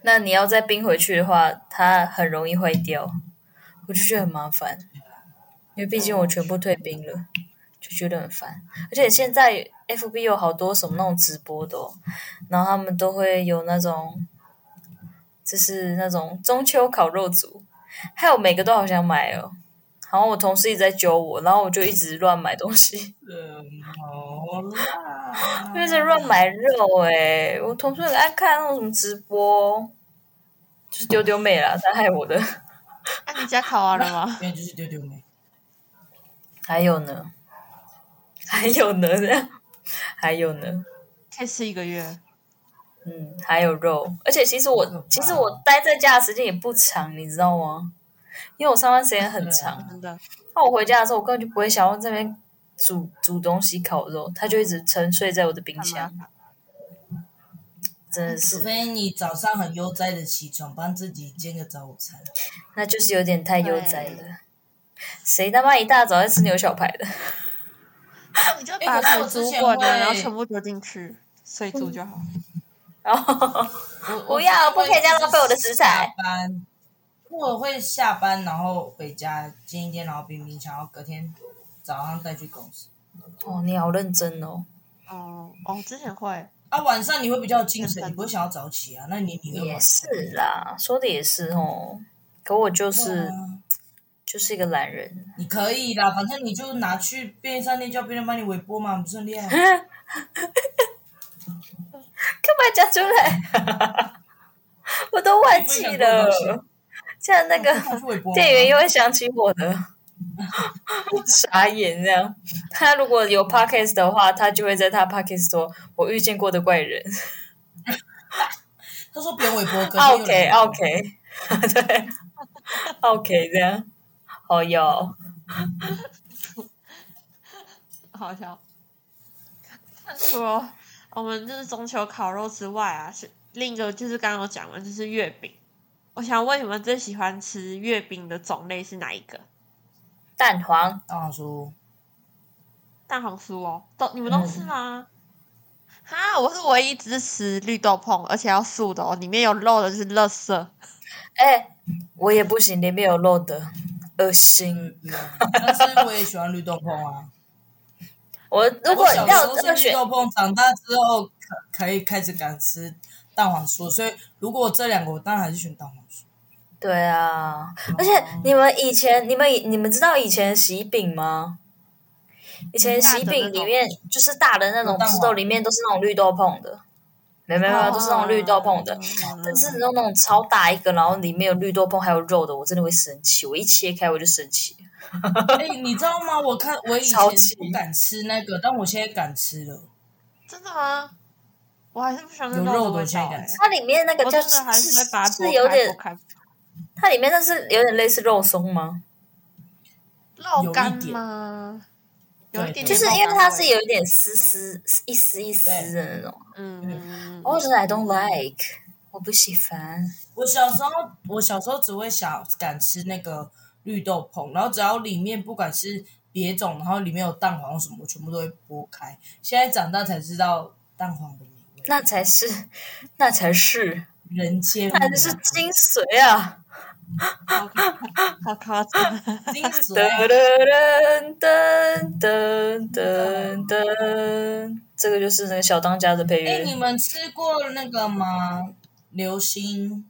Speaker 1: 那你要再冰回去的话，它很容易坏掉，我就觉得很麻烦，因为毕竟我全部退冰了，就觉得很烦。而且现在 FB 有好多什么那种直播的、哦，然后他们都会有那种，就是那种中秋烤肉组，还有每个都好想买哦。好像我同事一直在揪我，然后我就一直乱买东西，
Speaker 3: 嗯好啦，
Speaker 1: 一直乱买肉哎、我同事很爱看那种什么直播，就是丢丢妹啦，她害我的。
Speaker 2: 那、你家烤完了吗？
Speaker 3: 因为就是丢丢妹。
Speaker 1: 还有呢？ 还有呢？这样还有呢？
Speaker 2: 可以吃一个月。
Speaker 1: 嗯，还有肉，而且其实我
Speaker 3: 好可怕
Speaker 1: 其实我待在家的时间也不长，你知道吗？因为我上班时间很长，
Speaker 2: 真的，
Speaker 1: 那我回家的时候，我根本就不会想要这边煮煮东西烤肉，它就一直沉睡在我的冰箱，真的
Speaker 3: 除
Speaker 1: 嗯是，
Speaker 3: 非你早上很悠哉的起床，帮自己煎个早午餐。
Speaker 1: 那就是有点太悠哉了。谁他妈一大早在吃牛小排的？
Speaker 2: 那你就把
Speaker 3: 可是
Speaker 2: 水
Speaker 3: 我之
Speaker 2: 煮
Speaker 3: 前
Speaker 2: 滚了，
Speaker 3: 会
Speaker 2: 然后全部丢进去，水煮就好。
Speaker 1: 然后
Speaker 3: 我
Speaker 1: 不要不可以这样浪费我的食材。
Speaker 3: 我就是下班，我会下班然后回家煎一煎，然后冰冰箱，然后隔天早上再去公司。
Speaker 1: 哦，你好认真哦，
Speaker 2: 哦哦，之前会，
Speaker 3: 啊，晚上你会比较有精神，
Speaker 2: 嗯
Speaker 3: 你不会想要早起啊？那你你会
Speaker 1: 也
Speaker 3: 晚
Speaker 1: 是啦，说的也是哦。可我就是、
Speaker 3: 对啊
Speaker 1: 就是一个懒人，
Speaker 3: 你可以啦，反正你就拿去便利商店叫别人帮你微波嘛，不是很厉害？
Speaker 1: 干嘛讲出来？ 我都忘记了，这样 那个。
Speaker 3: 拿去微波嘛
Speaker 1: 店员又会想起我的， 傻眼这样。他如果有 podcast 的话，他就会在他 podcast 说“我遇见过的怪人
Speaker 3: 他说不用微波，隔天又
Speaker 1: 啊 ”，OK
Speaker 3: 来
Speaker 1: OK，对，OK 这样，哦好哟。
Speaker 2: 好笑。除了我们就是中秋烤肉之外啊，是另一个就是刚刚有讲的，就是月饼。我想问你们最喜欢吃月饼的种类是哪一个？
Speaker 1: 蛋黄
Speaker 3: 蛋黄酥，
Speaker 2: 蛋黄酥哦，都你们都吃吗？哈，我是唯一只吃绿豆椪，而且要素的哦，里面有肉的就是垃圾。
Speaker 1: 哎、我也不行，里面有肉的，恶心。
Speaker 3: 嗯，但是我也喜欢绿豆椪啊。
Speaker 1: 我如果
Speaker 3: 我小时
Speaker 1: 让
Speaker 3: 候
Speaker 1: 我这
Speaker 3: 是
Speaker 1: 个
Speaker 3: 绿
Speaker 1: 选，
Speaker 3: 豆椪，长大之后可可以开始敢吃蛋黄酥，所以如果这两个，我当然还是选蛋黄 酥。
Speaker 1: 对啊，
Speaker 3: 哦
Speaker 1: 而且你们以前，你们以你们知道以前喜饼吗？以
Speaker 3: 嗯
Speaker 1: 前喜饼里面就是大的那种
Speaker 3: 有蛋
Speaker 1: 吃
Speaker 3: 黄
Speaker 1: 豆，里面都是那种绿豆椪的，没有没有没有，都是那种绿豆椪
Speaker 3: 哦
Speaker 1: 的。
Speaker 2: 嗯
Speaker 1: 但是那种超大一个，然后里面有绿豆椪还有肉的，我真的会生气，我一切开我就生气。
Speaker 3: 哎、你知道吗？我看我以前
Speaker 1: 超级
Speaker 3: 不敢吃那个，但我现在敢吃了。
Speaker 2: 真的吗？我还是不喜欢那
Speaker 3: 有
Speaker 2: 肉
Speaker 3: 肉
Speaker 2: 的
Speaker 3: 的
Speaker 2: 味
Speaker 3: 我现
Speaker 2: 道、
Speaker 3: 在
Speaker 2: 欸
Speaker 3: 敢吃。
Speaker 1: 它里面那个
Speaker 2: 我
Speaker 1: 叫
Speaker 2: 真的还是会把它
Speaker 1: 是
Speaker 2: 剥
Speaker 1: 有
Speaker 2: 开剥
Speaker 1: 点，
Speaker 2: 开。
Speaker 1: 它里面那是有点类似肉松
Speaker 2: 嗯
Speaker 1: 吗？
Speaker 2: 肉干
Speaker 3: 有一点
Speaker 2: 吗？
Speaker 3: 对
Speaker 2: 有一点点
Speaker 1: 就是
Speaker 2: 肉
Speaker 1: 因为
Speaker 2: 干
Speaker 1: 它
Speaker 2: 味
Speaker 1: 是有一点丝丝一丝一丝的那种。
Speaker 2: 嗯，
Speaker 1: 我真的 I don't like，我不喜欢。
Speaker 3: 我小时候，我小时候只会想敢吃那个绿豆椪，然后只要里面不管是别种，然后里面有蛋黄什么，我全部都会剥开。现在长大才知道蛋黄的美味，
Speaker 1: 那才是，那才是，
Speaker 3: 人间
Speaker 1: 那才是
Speaker 2: 嗯
Speaker 1: 精髓啊！
Speaker 2: 好夸好夸张，
Speaker 3: 精
Speaker 1: 噔
Speaker 3: 髓。啊
Speaker 1: 噔噔噔噔噔，这个就是那个小当家的配
Speaker 3: 哎、你
Speaker 1: 乐
Speaker 3: 们吃过那个吗？流星，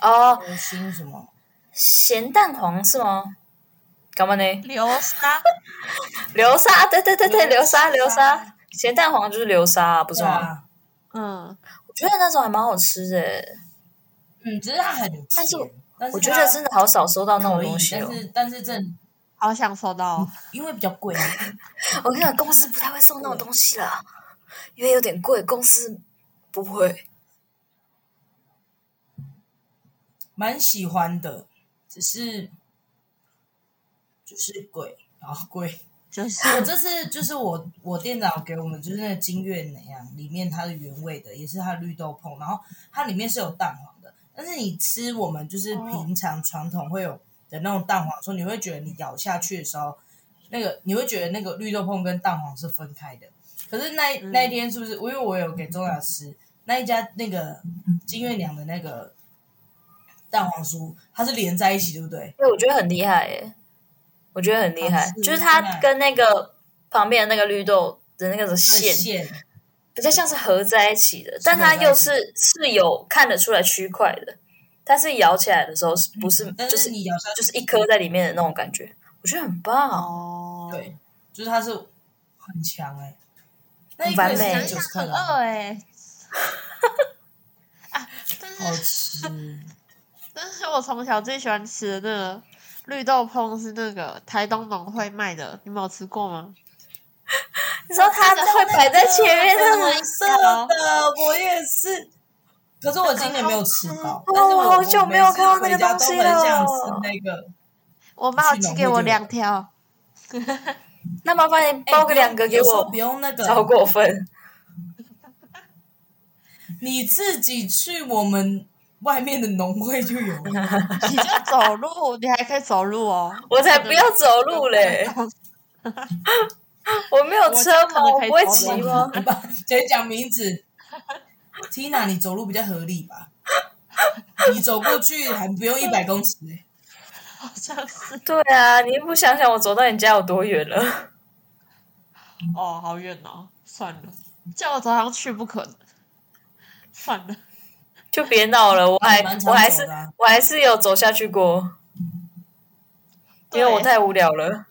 Speaker 1: 哦，
Speaker 3: 流星什么？
Speaker 1: 咸蛋黄是吗？干嘛呢？
Speaker 2: 流沙
Speaker 1: 流沙，啊对对对对，流
Speaker 3: 流
Speaker 1: 沙
Speaker 3: 沙
Speaker 1: 流沙，咸蛋黄就是流沙啊，不是
Speaker 3: 对
Speaker 1: 吗？
Speaker 3: 啊，
Speaker 2: 嗯，
Speaker 1: 我觉得那种还蛮好吃的，
Speaker 3: 嗯，只是它很甜，
Speaker 1: 但是
Speaker 3: 但是
Speaker 1: 我觉
Speaker 3: 它
Speaker 1: 得真的好少收到那种
Speaker 3: 可以
Speaker 1: 东西哦
Speaker 3: 但。是但是这
Speaker 2: 好想收到哦。
Speaker 3: 因为比较贵，
Speaker 1: 我跟你讲，公司不太会送那种东西啦，因为有点贵，公司不会。
Speaker 3: 蛮喜欢的，只是就是贵，然后贵。
Speaker 2: 就是
Speaker 3: 我这次就是我我店长给我们就是那个金月奶啊，里面它是原味的，也是它绿豆椪，然后它里面是有蛋黄的。但是你吃我们就是
Speaker 2: 哦
Speaker 3: 平常传统会有的那种蛋黄的时候，你会觉得你咬下去的时候，那个你会觉得那个绿豆椪跟蛋黄是分开的。可是那
Speaker 2: 嗯
Speaker 3: 那一天是不是？因为我有给钟雅吃那一家那个金月娘的那个蛋黄酥，它是连在一起，对不对？
Speaker 1: 哎，我觉得很厉害耶，我觉得很厉害
Speaker 2: 好，吃
Speaker 1: 就是它跟那个旁边的那个绿豆的那个线
Speaker 3: 线
Speaker 1: 比较像是合在一起的，但它又是是有看得出来区块的，但是咬起来的时候是不是
Speaker 3: 但
Speaker 1: 就是
Speaker 3: 你咬下
Speaker 1: 就是一颗在里面的那种感觉，我觉得很棒。啊
Speaker 2: 哦，
Speaker 3: 对，就是它是很强哎、那
Speaker 1: 很
Speaker 3: 一颗
Speaker 1: 完
Speaker 3: 也
Speaker 1: 美
Speaker 3: 是
Speaker 2: 想一
Speaker 3: 九
Speaker 2: 想
Speaker 3: 十克
Speaker 2: 很
Speaker 3: 的啊，
Speaker 2: 饿哎、 啊，但
Speaker 3: 好
Speaker 2: 是
Speaker 1: 啊
Speaker 3: 吃。
Speaker 2: 但是我从小最喜欢吃的那个绿豆椪是那个台东农会卖的，你们有吃过吗？
Speaker 1: 你知道它会摆在前面
Speaker 3: 那
Speaker 1: 的
Speaker 3: 个
Speaker 1: 吗？
Speaker 3: 红色的，我也是。可是我今年没有吃到，但是
Speaker 1: 哦
Speaker 3: 我
Speaker 1: 好久没有看到那个东西了
Speaker 3: 我每次回家都很想吃那个，
Speaker 2: 我妈有
Speaker 3: 去
Speaker 2: 寄
Speaker 3: 农会
Speaker 2: 给
Speaker 3: 就
Speaker 2: 我
Speaker 3: 有
Speaker 2: 两条，
Speaker 1: 那麻烦你
Speaker 3: 哎
Speaker 1: 包
Speaker 3: 不
Speaker 1: 个
Speaker 3: 用
Speaker 1: 两个给
Speaker 3: 有时候
Speaker 1: 我
Speaker 3: 不，用那个，
Speaker 1: 超过分。
Speaker 3: 你自己去我们外面的农会就 有了。
Speaker 2: 你就走路，你还可以走路哦。
Speaker 1: 我才不要走路嘞！我没有车吗？我不会骑吗？
Speaker 3: 你把直接讲名字，Tina，你走路比较合理吧？你走过去还不用一百公尺、欸，
Speaker 2: 好像是
Speaker 1: 对啊，你不想想我走到你家有多远了？
Speaker 2: 哦，好远哦，算了，叫我早上去不可能，算了。
Speaker 1: 就别闹了，我还
Speaker 3: 蛮
Speaker 1: 我
Speaker 3: 常
Speaker 1: 还
Speaker 3: 走
Speaker 1: 是
Speaker 3: 的啊
Speaker 1: 我还是有走下去过，因为我
Speaker 2: 对
Speaker 1: 太无聊了。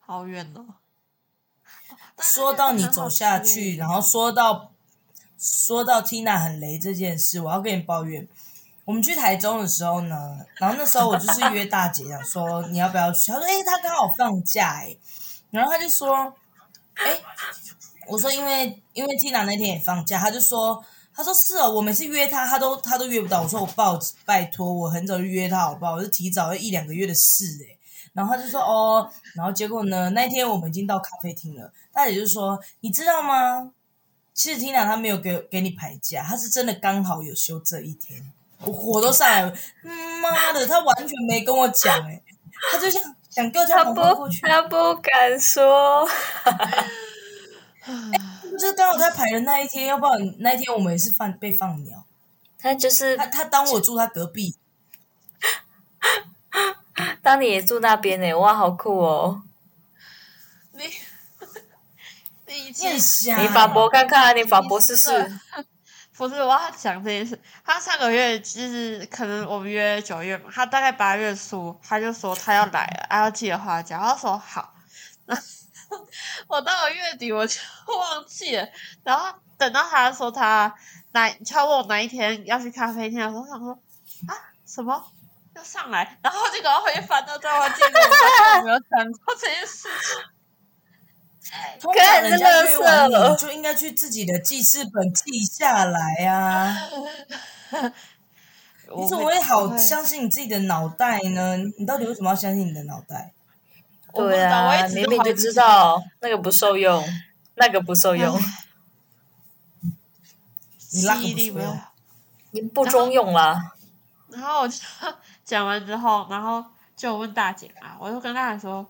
Speaker 2: 好远哦。
Speaker 3: 说到你走下去，然后说到说到 Tina 很雷这件事，我要跟你抱怨。我们去台中的时候呢，然后那时候我就是约大姐讲说你要不要去，她说哎、她刚好放假哎、然后她就说哎、我说因为因为 Tina 那天也放假，她就说她说是哦，我每次约她她都她都约不到，我说我抱拜托我很早就约她好不好，我是提早一两个月的事哎、然后他就说哦，然后结果呢，那天我们已经到咖啡厅了，大姐就说你知道吗？其实 Tina 她没有给给你排假，她是真的刚好有休这一天，我火都上来了，妈的，她完全没跟我讲哎、欸，她就想想给我叫
Speaker 1: 他
Speaker 3: 红包过
Speaker 1: 不
Speaker 3: 去，
Speaker 1: 他不敢说，
Speaker 3: 就是刚好她排的那一天，要不然那一天我们也是放被放鸟，
Speaker 1: 他就是
Speaker 3: 她她当我住她隔壁，
Speaker 1: 当你也住那边呢、哇，好酷哦！
Speaker 2: 你， 你已
Speaker 3: 你
Speaker 2: 经
Speaker 3: 很瞎欸、
Speaker 1: 你法博看看啊，你法博试试。
Speaker 2: 不是我要讲这件事。他上个月就是可能我们约九月嘛，他大概八月初他就说他要来了，他要寄了花椒，他说好。 然后我到了月底我就忘记了，然后等到他说他哪，他问我哪一天要去咖啡厅的时候，我想说啊什么要上来，然后就赶快回去翻到对
Speaker 3: 啊
Speaker 2: 话记录，我没有想过这件事情。
Speaker 3: 通常
Speaker 1: 看
Speaker 3: 人家约完
Speaker 1: 这垃圾
Speaker 3: 你就应该去自己的记事本记下来啊。你怎么哦会好相信你自己的脑袋呢？你到底为什么要相信你的脑袋？
Speaker 2: 我不知
Speaker 1: 对
Speaker 2: 道我
Speaker 1: 啊
Speaker 2: 一，直
Speaker 1: 明
Speaker 2: 都
Speaker 1: 明
Speaker 2: 怀
Speaker 1: 就
Speaker 2: 疑
Speaker 1: 知道那个不受用，那个不受用，
Speaker 3: 你拉
Speaker 2: 记忆
Speaker 3: 个
Speaker 2: 力
Speaker 3: 不
Speaker 2: 没
Speaker 3: 啊错
Speaker 2: 有
Speaker 3: 哟。
Speaker 1: 你不中用啦。
Speaker 2: 然后我就 讲完之后，然后就问大姐嘛，我就跟大姐说，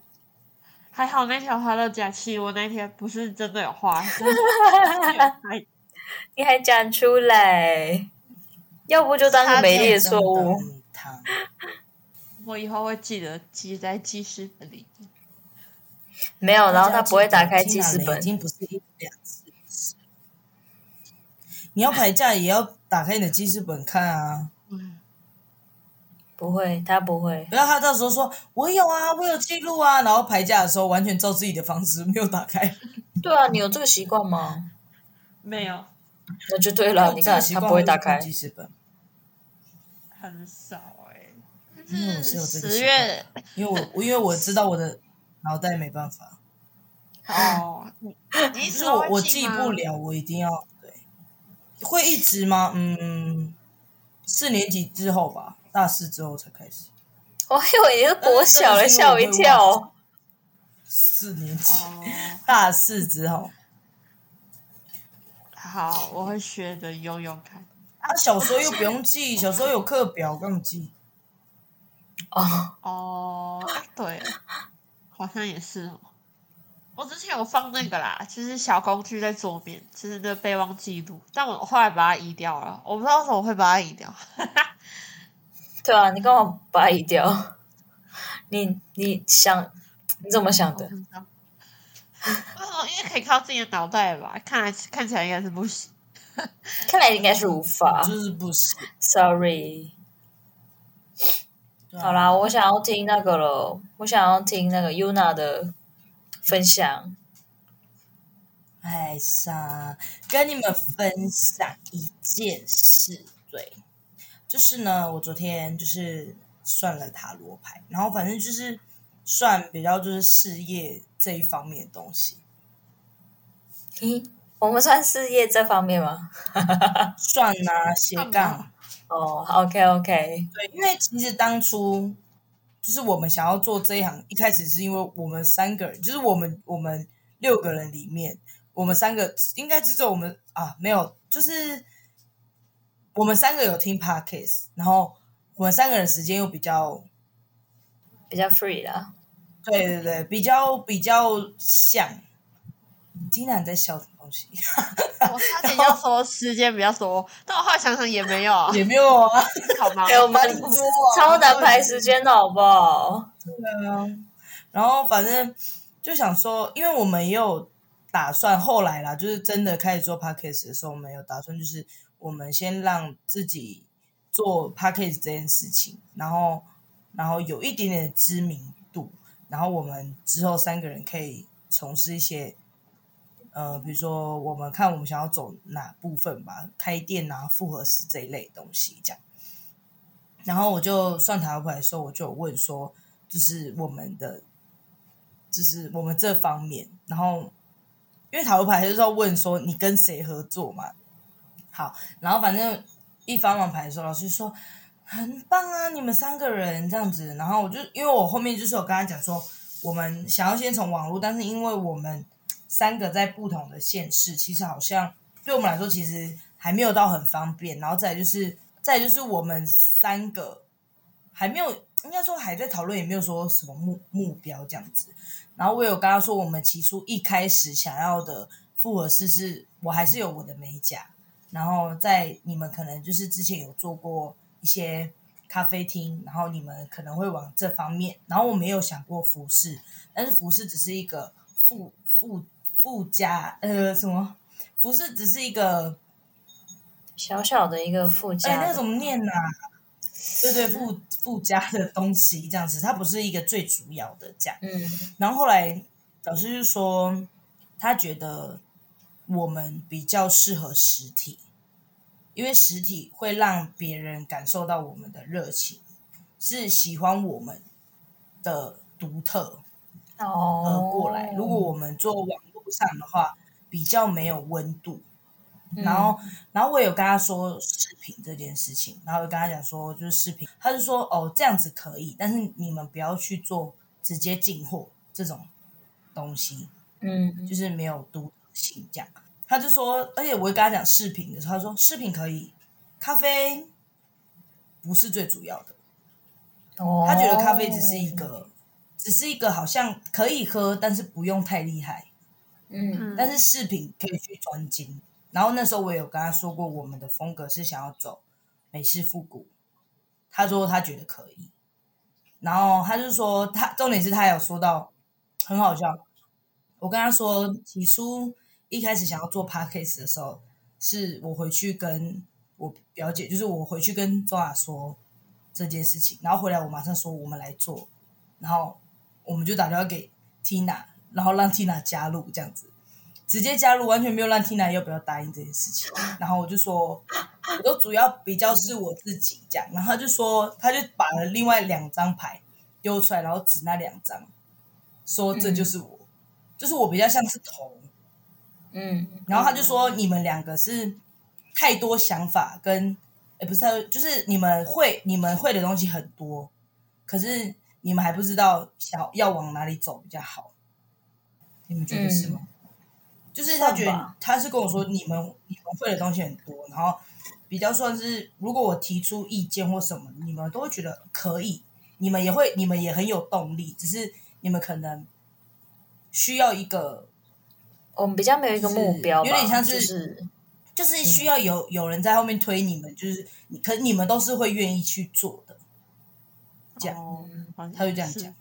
Speaker 2: 还好那条花到假期，我那天不是真的有花，是哎
Speaker 1: 你还讲出来，要不就当个美丽的错误。
Speaker 3: 汤
Speaker 2: 我以后会记得记在记事本里。
Speaker 1: 没有，哦然后他不会打开记事
Speaker 3: 大家记得
Speaker 1: 本
Speaker 3: 啊已。经不是一次两次。你要排假也要打开你的记事本看啊，
Speaker 2: 嗯，
Speaker 1: 不会，他不会。
Speaker 3: 不要他到时候说我有啊，我有记录啊，然后排假的时候完全照自己的方式没有打开。
Speaker 1: 对啊，你有这个习惯吗？
Speaker 2: 没有，
Speaker 1: 那就对了，
Speaker 3: 我
Speaker 1: 你
Speaker 3: 这个
Speaker 1: 看
Speaker 3: 习
Speaker 1: 他
Speaker 3: 惯
Speaker 1: 不会打
Speaker 3: 我
Speaker 1: 开
Speaker 3: 有记。事本，
Speaker 2: 很少哎、欸。
Speaker 3: 因为我是有这个
Speaker 2: 十
Speaker 3: 习惯
Speaker 2: 月
Speaker 3: 因为我因为我知道我的脑袋没办法，
Speaker 2: 哦， 你你
Speaker 3: 就是是我我
Speaker 2: 记
Speaker 3: 记
Speaker 2: 吗
Speaker 3: 不。了，我一定要对。会一直吗？嗯，四年级之后吧，大四之后才开始。
Speaker 1: 我以为 你是国小了，
Speaker 3: 但是这
Speaker 1: 吓
Speaker 3: 个
Speaker 1: 我
Speaker 3: 是
Speaker 1: 一
Speaker 3: 因为我会忘
Speaker 1: 跳。
Speaker 3: 四年级，
Speaker 2: 哦，
Speaker 3: 大四之后，
Speaker 2: 好，我会学着用用看。
Speaker 3: 啊，小时候又不用记，小时候有课表，干嘛记？
Speaker 1: 哦，
Speaker 2: 哦，对，好像也是哦。我之前有放那个啦，就是小工具在桌面，就是那备忘记录，但我后来把它移掉了，我不知道为什么会把它移掉。
Speaker 1: 对啊，你干嘛把它移掉？你你想你怎么想
Speaker 2: 我
Speaker 1: 的
Speaker 2: 不？知道，为什么？因为可以靠自己的脑袋吧，看来看起来应该是不行。
Speaker 1: 看来应该是无法
Speaker 3: 就是不行。
Speaker 1: ，sorry。
Speaker 3: 对啊
Speaker 1: 好，啦，我想要听那个了，我想要听那个 Yuna 的分享。
Speaker 3: 艾莎，哎跟你们分享一件事，对，就是呢，我昨天就是算了塔罗牌，然后反正就是算比较就是事业这一方面的东西，
Speaker 1: 咦，我们算事业这方面吗？
Speaker 3: 算啊斜
Speaker 2: 干
Speaker 3: 杠
Speaker 2: 嘛，
Speaker 1: 哦，OK OK，
Speaker 3: 对，因为其实当初就是我们想要做这一行，一开始是因为我们三个人，就是我们我们六个人里面，我们三个应该只有我们啊，没有，就是我们三个有听 podcast，然后我们三个人时间又比较，
Speaker 1: 比较 free 啦。
Speaker 3: 对对对，比较比较像。听到你在笑什么东西？
Speaker 2: 我差点要说时间比较多，但我后来想想也没有啊，
Speaker 3: 也没有 啊，
Speaker 2: 好吗？
Speaker 1: 哎、我们
Speaker 3: 很多啊
Speaker 1: 超难排时间的好不好？
Speaker 3: 对啊，然后反正就想说，因为我们也有打算，后来啦，就是真的开始做 podcast 的时候，我们有打算，就是我们先让自己做 podcast 这件事情，然后然后有一点点的知名度，然后我们之后三个人可以从事一些。呃，比如说，我们看我们想要走哪部分吧，开店啊、复合式这一类东西这样。然后我就算塔罗牌的时候，我就有问说，就是我们的，就是我们这方面。然后，因为塔罗牌就是要问说你跟谁合作嘛。好，然后反正一翻完牌的时候，老师就说很棒啊，你们三个人这样子。然后我就因为我后面就是有跟他讲说，我们想要先从网络，但是因为我们三个在不同的县市，其实好像对我们来说其实还没有到很方便。然后再来就是，再来就是我们三个还没有，应该说还在讨论，也没有说什么目目标这样子。然后我有跟他说，我们起初一开始想要的复合式是，我还是有我的美甲，然后在你们可能就是之前有做过一些咖啡厅，然后你们可能会往这方面，然后我没有想过服饰，但是服饰只是一个附附附加呃什么，服饰只是一个
Speaker 1: 小小的一个附
Speaker 3: 哎、
Speaker 1: 加
Speaker 3: 那
Speaker 1: 的，
Speaker 3: 个怎么念呐、对对，附附加的东西这样子，它不是一个最主要的这样。
Speaker 1: 嗯，
Speaker 3: 然后后来老师就说，他觉得我们比较适合实体，因为实体会让别人感受到我们的热情，是喜欢我们的独特而
Speaker 1: 哦，
Speaker 3: 呃过来。如果我们做网络上的话，比较没有温度。
Speaker 1: 嗯
Speaker 3: 然后，然后我有跟他说视频这件事情，然后我跟他讲说就是视频，他就说哦这样子可以，但是你们不要去做直接进货这种东西，
Speaker 1: 嗯，
Speaker 3: 就是没有独特性这样。他就说，而且我跟他讲视频的时候，他说视频可以，咖啡不是最主要的，
Speaker 1: 哦
Speaker 3: 他觉得咖啡只是一，个，只是一个好像可以喝，但是不用太厉害。
Speaker 1: 嗯
Speaker 2: 嗯，
Speaker 3: 但是饰品可以去专精。然后那时候我有跟他说过，我们的风格是想要走美式复古，他说他觉得可以。然后他就说他重点是他有说到很好笑，我跟他说起初一开始想要做 podcast 的时候，是我回去跟我表姐，就是我回去跟周雅说这件事情，然后回来我马上说我们来做，然后我们就打电话给 Tina，然后让 Tina 加入这样子，直接加入，完全没有让 Tina 要不要答应这件事情。然后我就说，我都主要比较是我自己这样，然后他就说，他就把了另外两张牌丢出来，然后指那两张，说这就是我，就是我比较像是头，
Speaker 1: 嗯
Speaker 3: 然后他就说你们两个是太多想法跟，哎，不是，他就是你们会你们会的东西很多，可是你们还不知道想要往哪里走比较好，你们觉得是吗？就是他觉
Speaker 1: 嗯算
Speaker 3: 得
Speaker 1: 吧
Speaker 3: 他是跟我说你们你们会的东西很多，然后比较算是如果我提出意见或什么，你们都会觉得可以，你们也会你们也很有动力，只是你们可能需要一个
Speaker 1: 我们比较没有一个目标吧，
Speaker 3: 就是有点像是
Speaker 1: 就是
Speaker 2: 嗯
Speaker 3: 就是需要有有人在后面推你们，就是你，可你们都是会愿意去做的。这样，
Speaker 2: 哦
Speaker 1: 嗯
Speaker 2: 好像
Speaker 3: 他就这样
Speaker 2: 是
Speaker 3: 讲，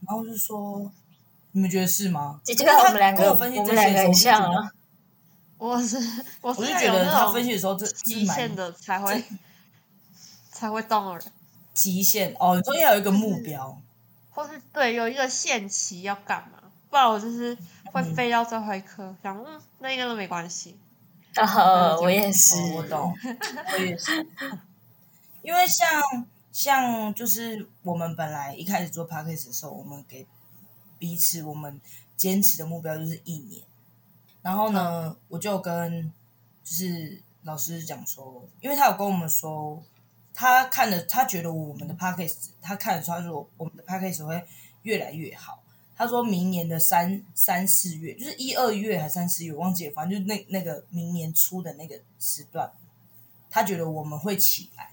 Speaker 3: 然后我就说，你们觉得是吗？
Speaker 1: 的确我们两
Speaker 3: 跟
Speaker 1: 个
Speaker 3: 我分析
Speaker 1: 我们
Speaker 3: 这些
Speaker 1: 两
Speaker 3: 的
Speaker 1: 个
Speaker 3: 时候
Speaker 1: 很像
Speaker 3: 我就觉
Speaker 1: 啊，
Speaker 2: 我是我是
Speaker 3: 我就
Speaker 2: 那
Speaker 3: 觉
Speaker 2: 种
Speaker 3: 得
Speaker 2: 那
Speaker 3: 他
Speaker 2: 种
Speaker 3: 分析的时候，这这
Speaker 2: 极
Speaker 3: 是蛮
Speaker 2: 限的才会才会动的人，
Speaker 3: 极限哦。你说要有一个目标，
Speaker 2: 或是对有一个限期要干嘛，不然我就是会飞到最后一刻，想嗯那应该都没关系。
Speaker 1: 哦， 我也是，
Speaker 3: 哦，我懂，我也是。 因为像像就是我们本来一开始做 p a c k a g e 的时候，我们给彼此我们坚持的目标就是一年。然后呢，我就跟就是老师讲说，因为他有跟我们说，他看了他觉得我们的 p a c k a g e 他看的时候，他说我们的 p a c k a g e 会越来越好。他说明年的三三四月，就是一二月还三四月，我忘记了，反正就是那那个明年初的那个时段，他觉得我们会起来。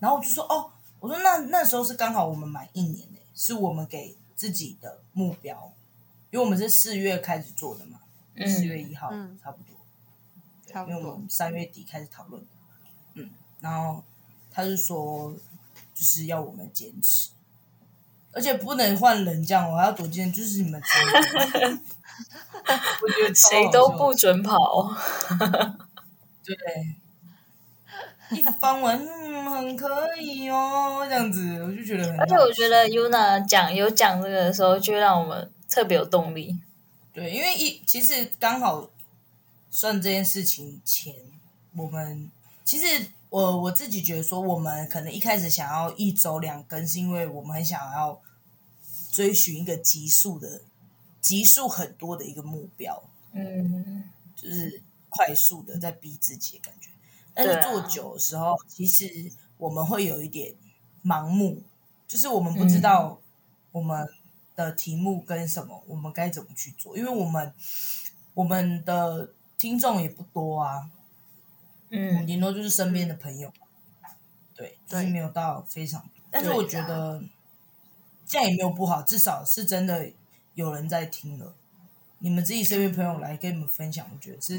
Speaker 3: 然后我就说哦，我说那那时候是刚好我们满一年呢、是我们给自己的目标，因为我们是四月开始做的嘛，四月
Speaker 1: 嗯，
Speaker 3: 一号、
Speaker 2: 嗯
Speaker 3: 差不多，
Speaker 2: 差不
Speaker 3: 因为我
Speaker 2: 多
Speaker 3: 们，三月底开始讨论的，嗯，然后他就说就是要我们坚持，而且不能换人这样 哦，我要躲进就是你们三个，我觉得超好
Speaker 1: 谁都
Speaker 3: 笑
Speaker 1: 不准跑，
Speaker 3: 对，一翻完嗯很可以哦这样子，我就觉得很好
Speaker 1: 而且我觉得 Yuna 讲有讲这个的时候，就会让我们特别有动力。
Speaker 3: 对，因为一其实刚好算这件事情前，我们其实我我自己觉得说，我们可能一开始想要一周两更，是因为我们很想要追寻一个极速的、极速很多的一个目标，
Speaker 1: 嗯，
Speaker 3: 就是快速的在逼自己的感觉。但是
Speaker 1: 对啊
Speaker 3: 做久的时候，其实我们会有一点盲目，就是我们不
Speaker 1: 嗯
Speaker 3: 知道我们的题目跟什么，我们该怎么去做，因为我们我们的听众也不多啊，我们
Speaker 1: 嗯，
Speaker 3: 顶多就是身边的朋友，对，就是
Speaker 2: 对
Speaker 3: 没有到非常多。但是
Speaker 2: 对
Speaker 3: 我觉得这样也没有不好，至少是真的有人在听了。你们自己身边朋友来跟你们分享，我觉得是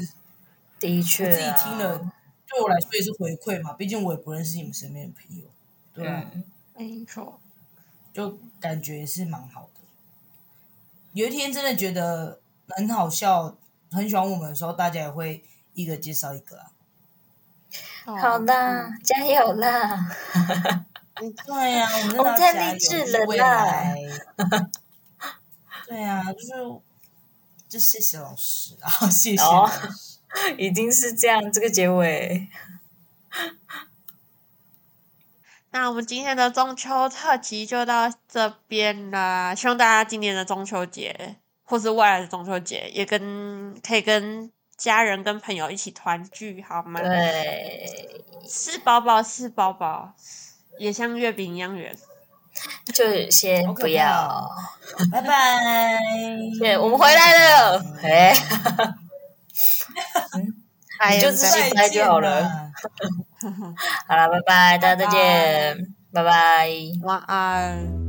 Speaker 1: 的
Speaker 3: 我
Speaker 1: 确、啊，
Speaker 3: 自己听了，对我来说也是回馈嘛，毕竟我也不认识你们身边的朋友，对啊，
Speaker 1: 嗯，
Speaker 2: 没错，
Speaker 3: 就感觉是蛮好的。有一天真的觉得很好笑，很喜欢我们的时候，大家也会一个介绍一个啊。
Speaker 2: 哦
Speaker 1: 好啦，
Speaker 3: 嗯
Speaker 1: 加油啦！
Speaker 3: 对呀、我们
Speaker 1: 嗯我们
Speaker 3: 真的要
Speaker 1: 太
Speaker 3: 加
Speaker 1: 励
Speaker 3: 油
Speaker 1: 志
Speaker 3: 就是
Speaker 1: 了
Speaker 3: 未
Speaker 1: 啦
Speaker 3: 来对啊，就是就谢谢老师啊，谢谢
Speaker 1: 哦
Speaker 3: 老师。
Speaker 1: 已经是这样，这个结尾，
Speaker 2: 那我们今天的中秋特辑就到这边啦，希望大家今年的中秋节，或是未来的中秋节，也跟可以跟家人、跟朋友一起团聚，好吗？
Speaker 1: 对，
Speaker 2: 吃饱饱，吃饱饱，也像月饼一样圆。
Speaker 1: 就先
Speaker 3: 好可
Speaker 1: 不
Speaker 3: 怕
Speaker 1: 要
Speaker 3: 哦。拜拜。
Speaker 1: 对，我们回来了，
Speaker 3: 嗯
Speaker 1: 哎、
Speaker 2: 哎呀
Speaker 1: 就自己
Speaker 3: 再
Speaker 1: 掰就
Speaker 3: 见
Speaker 1: 好了
Speaker 3: 啦
Speaker 1: 好了，拜拜，大家再
Speaker 2: 拜拜
Speaker 1: 见，拜拜
Speaker 2: 晚安。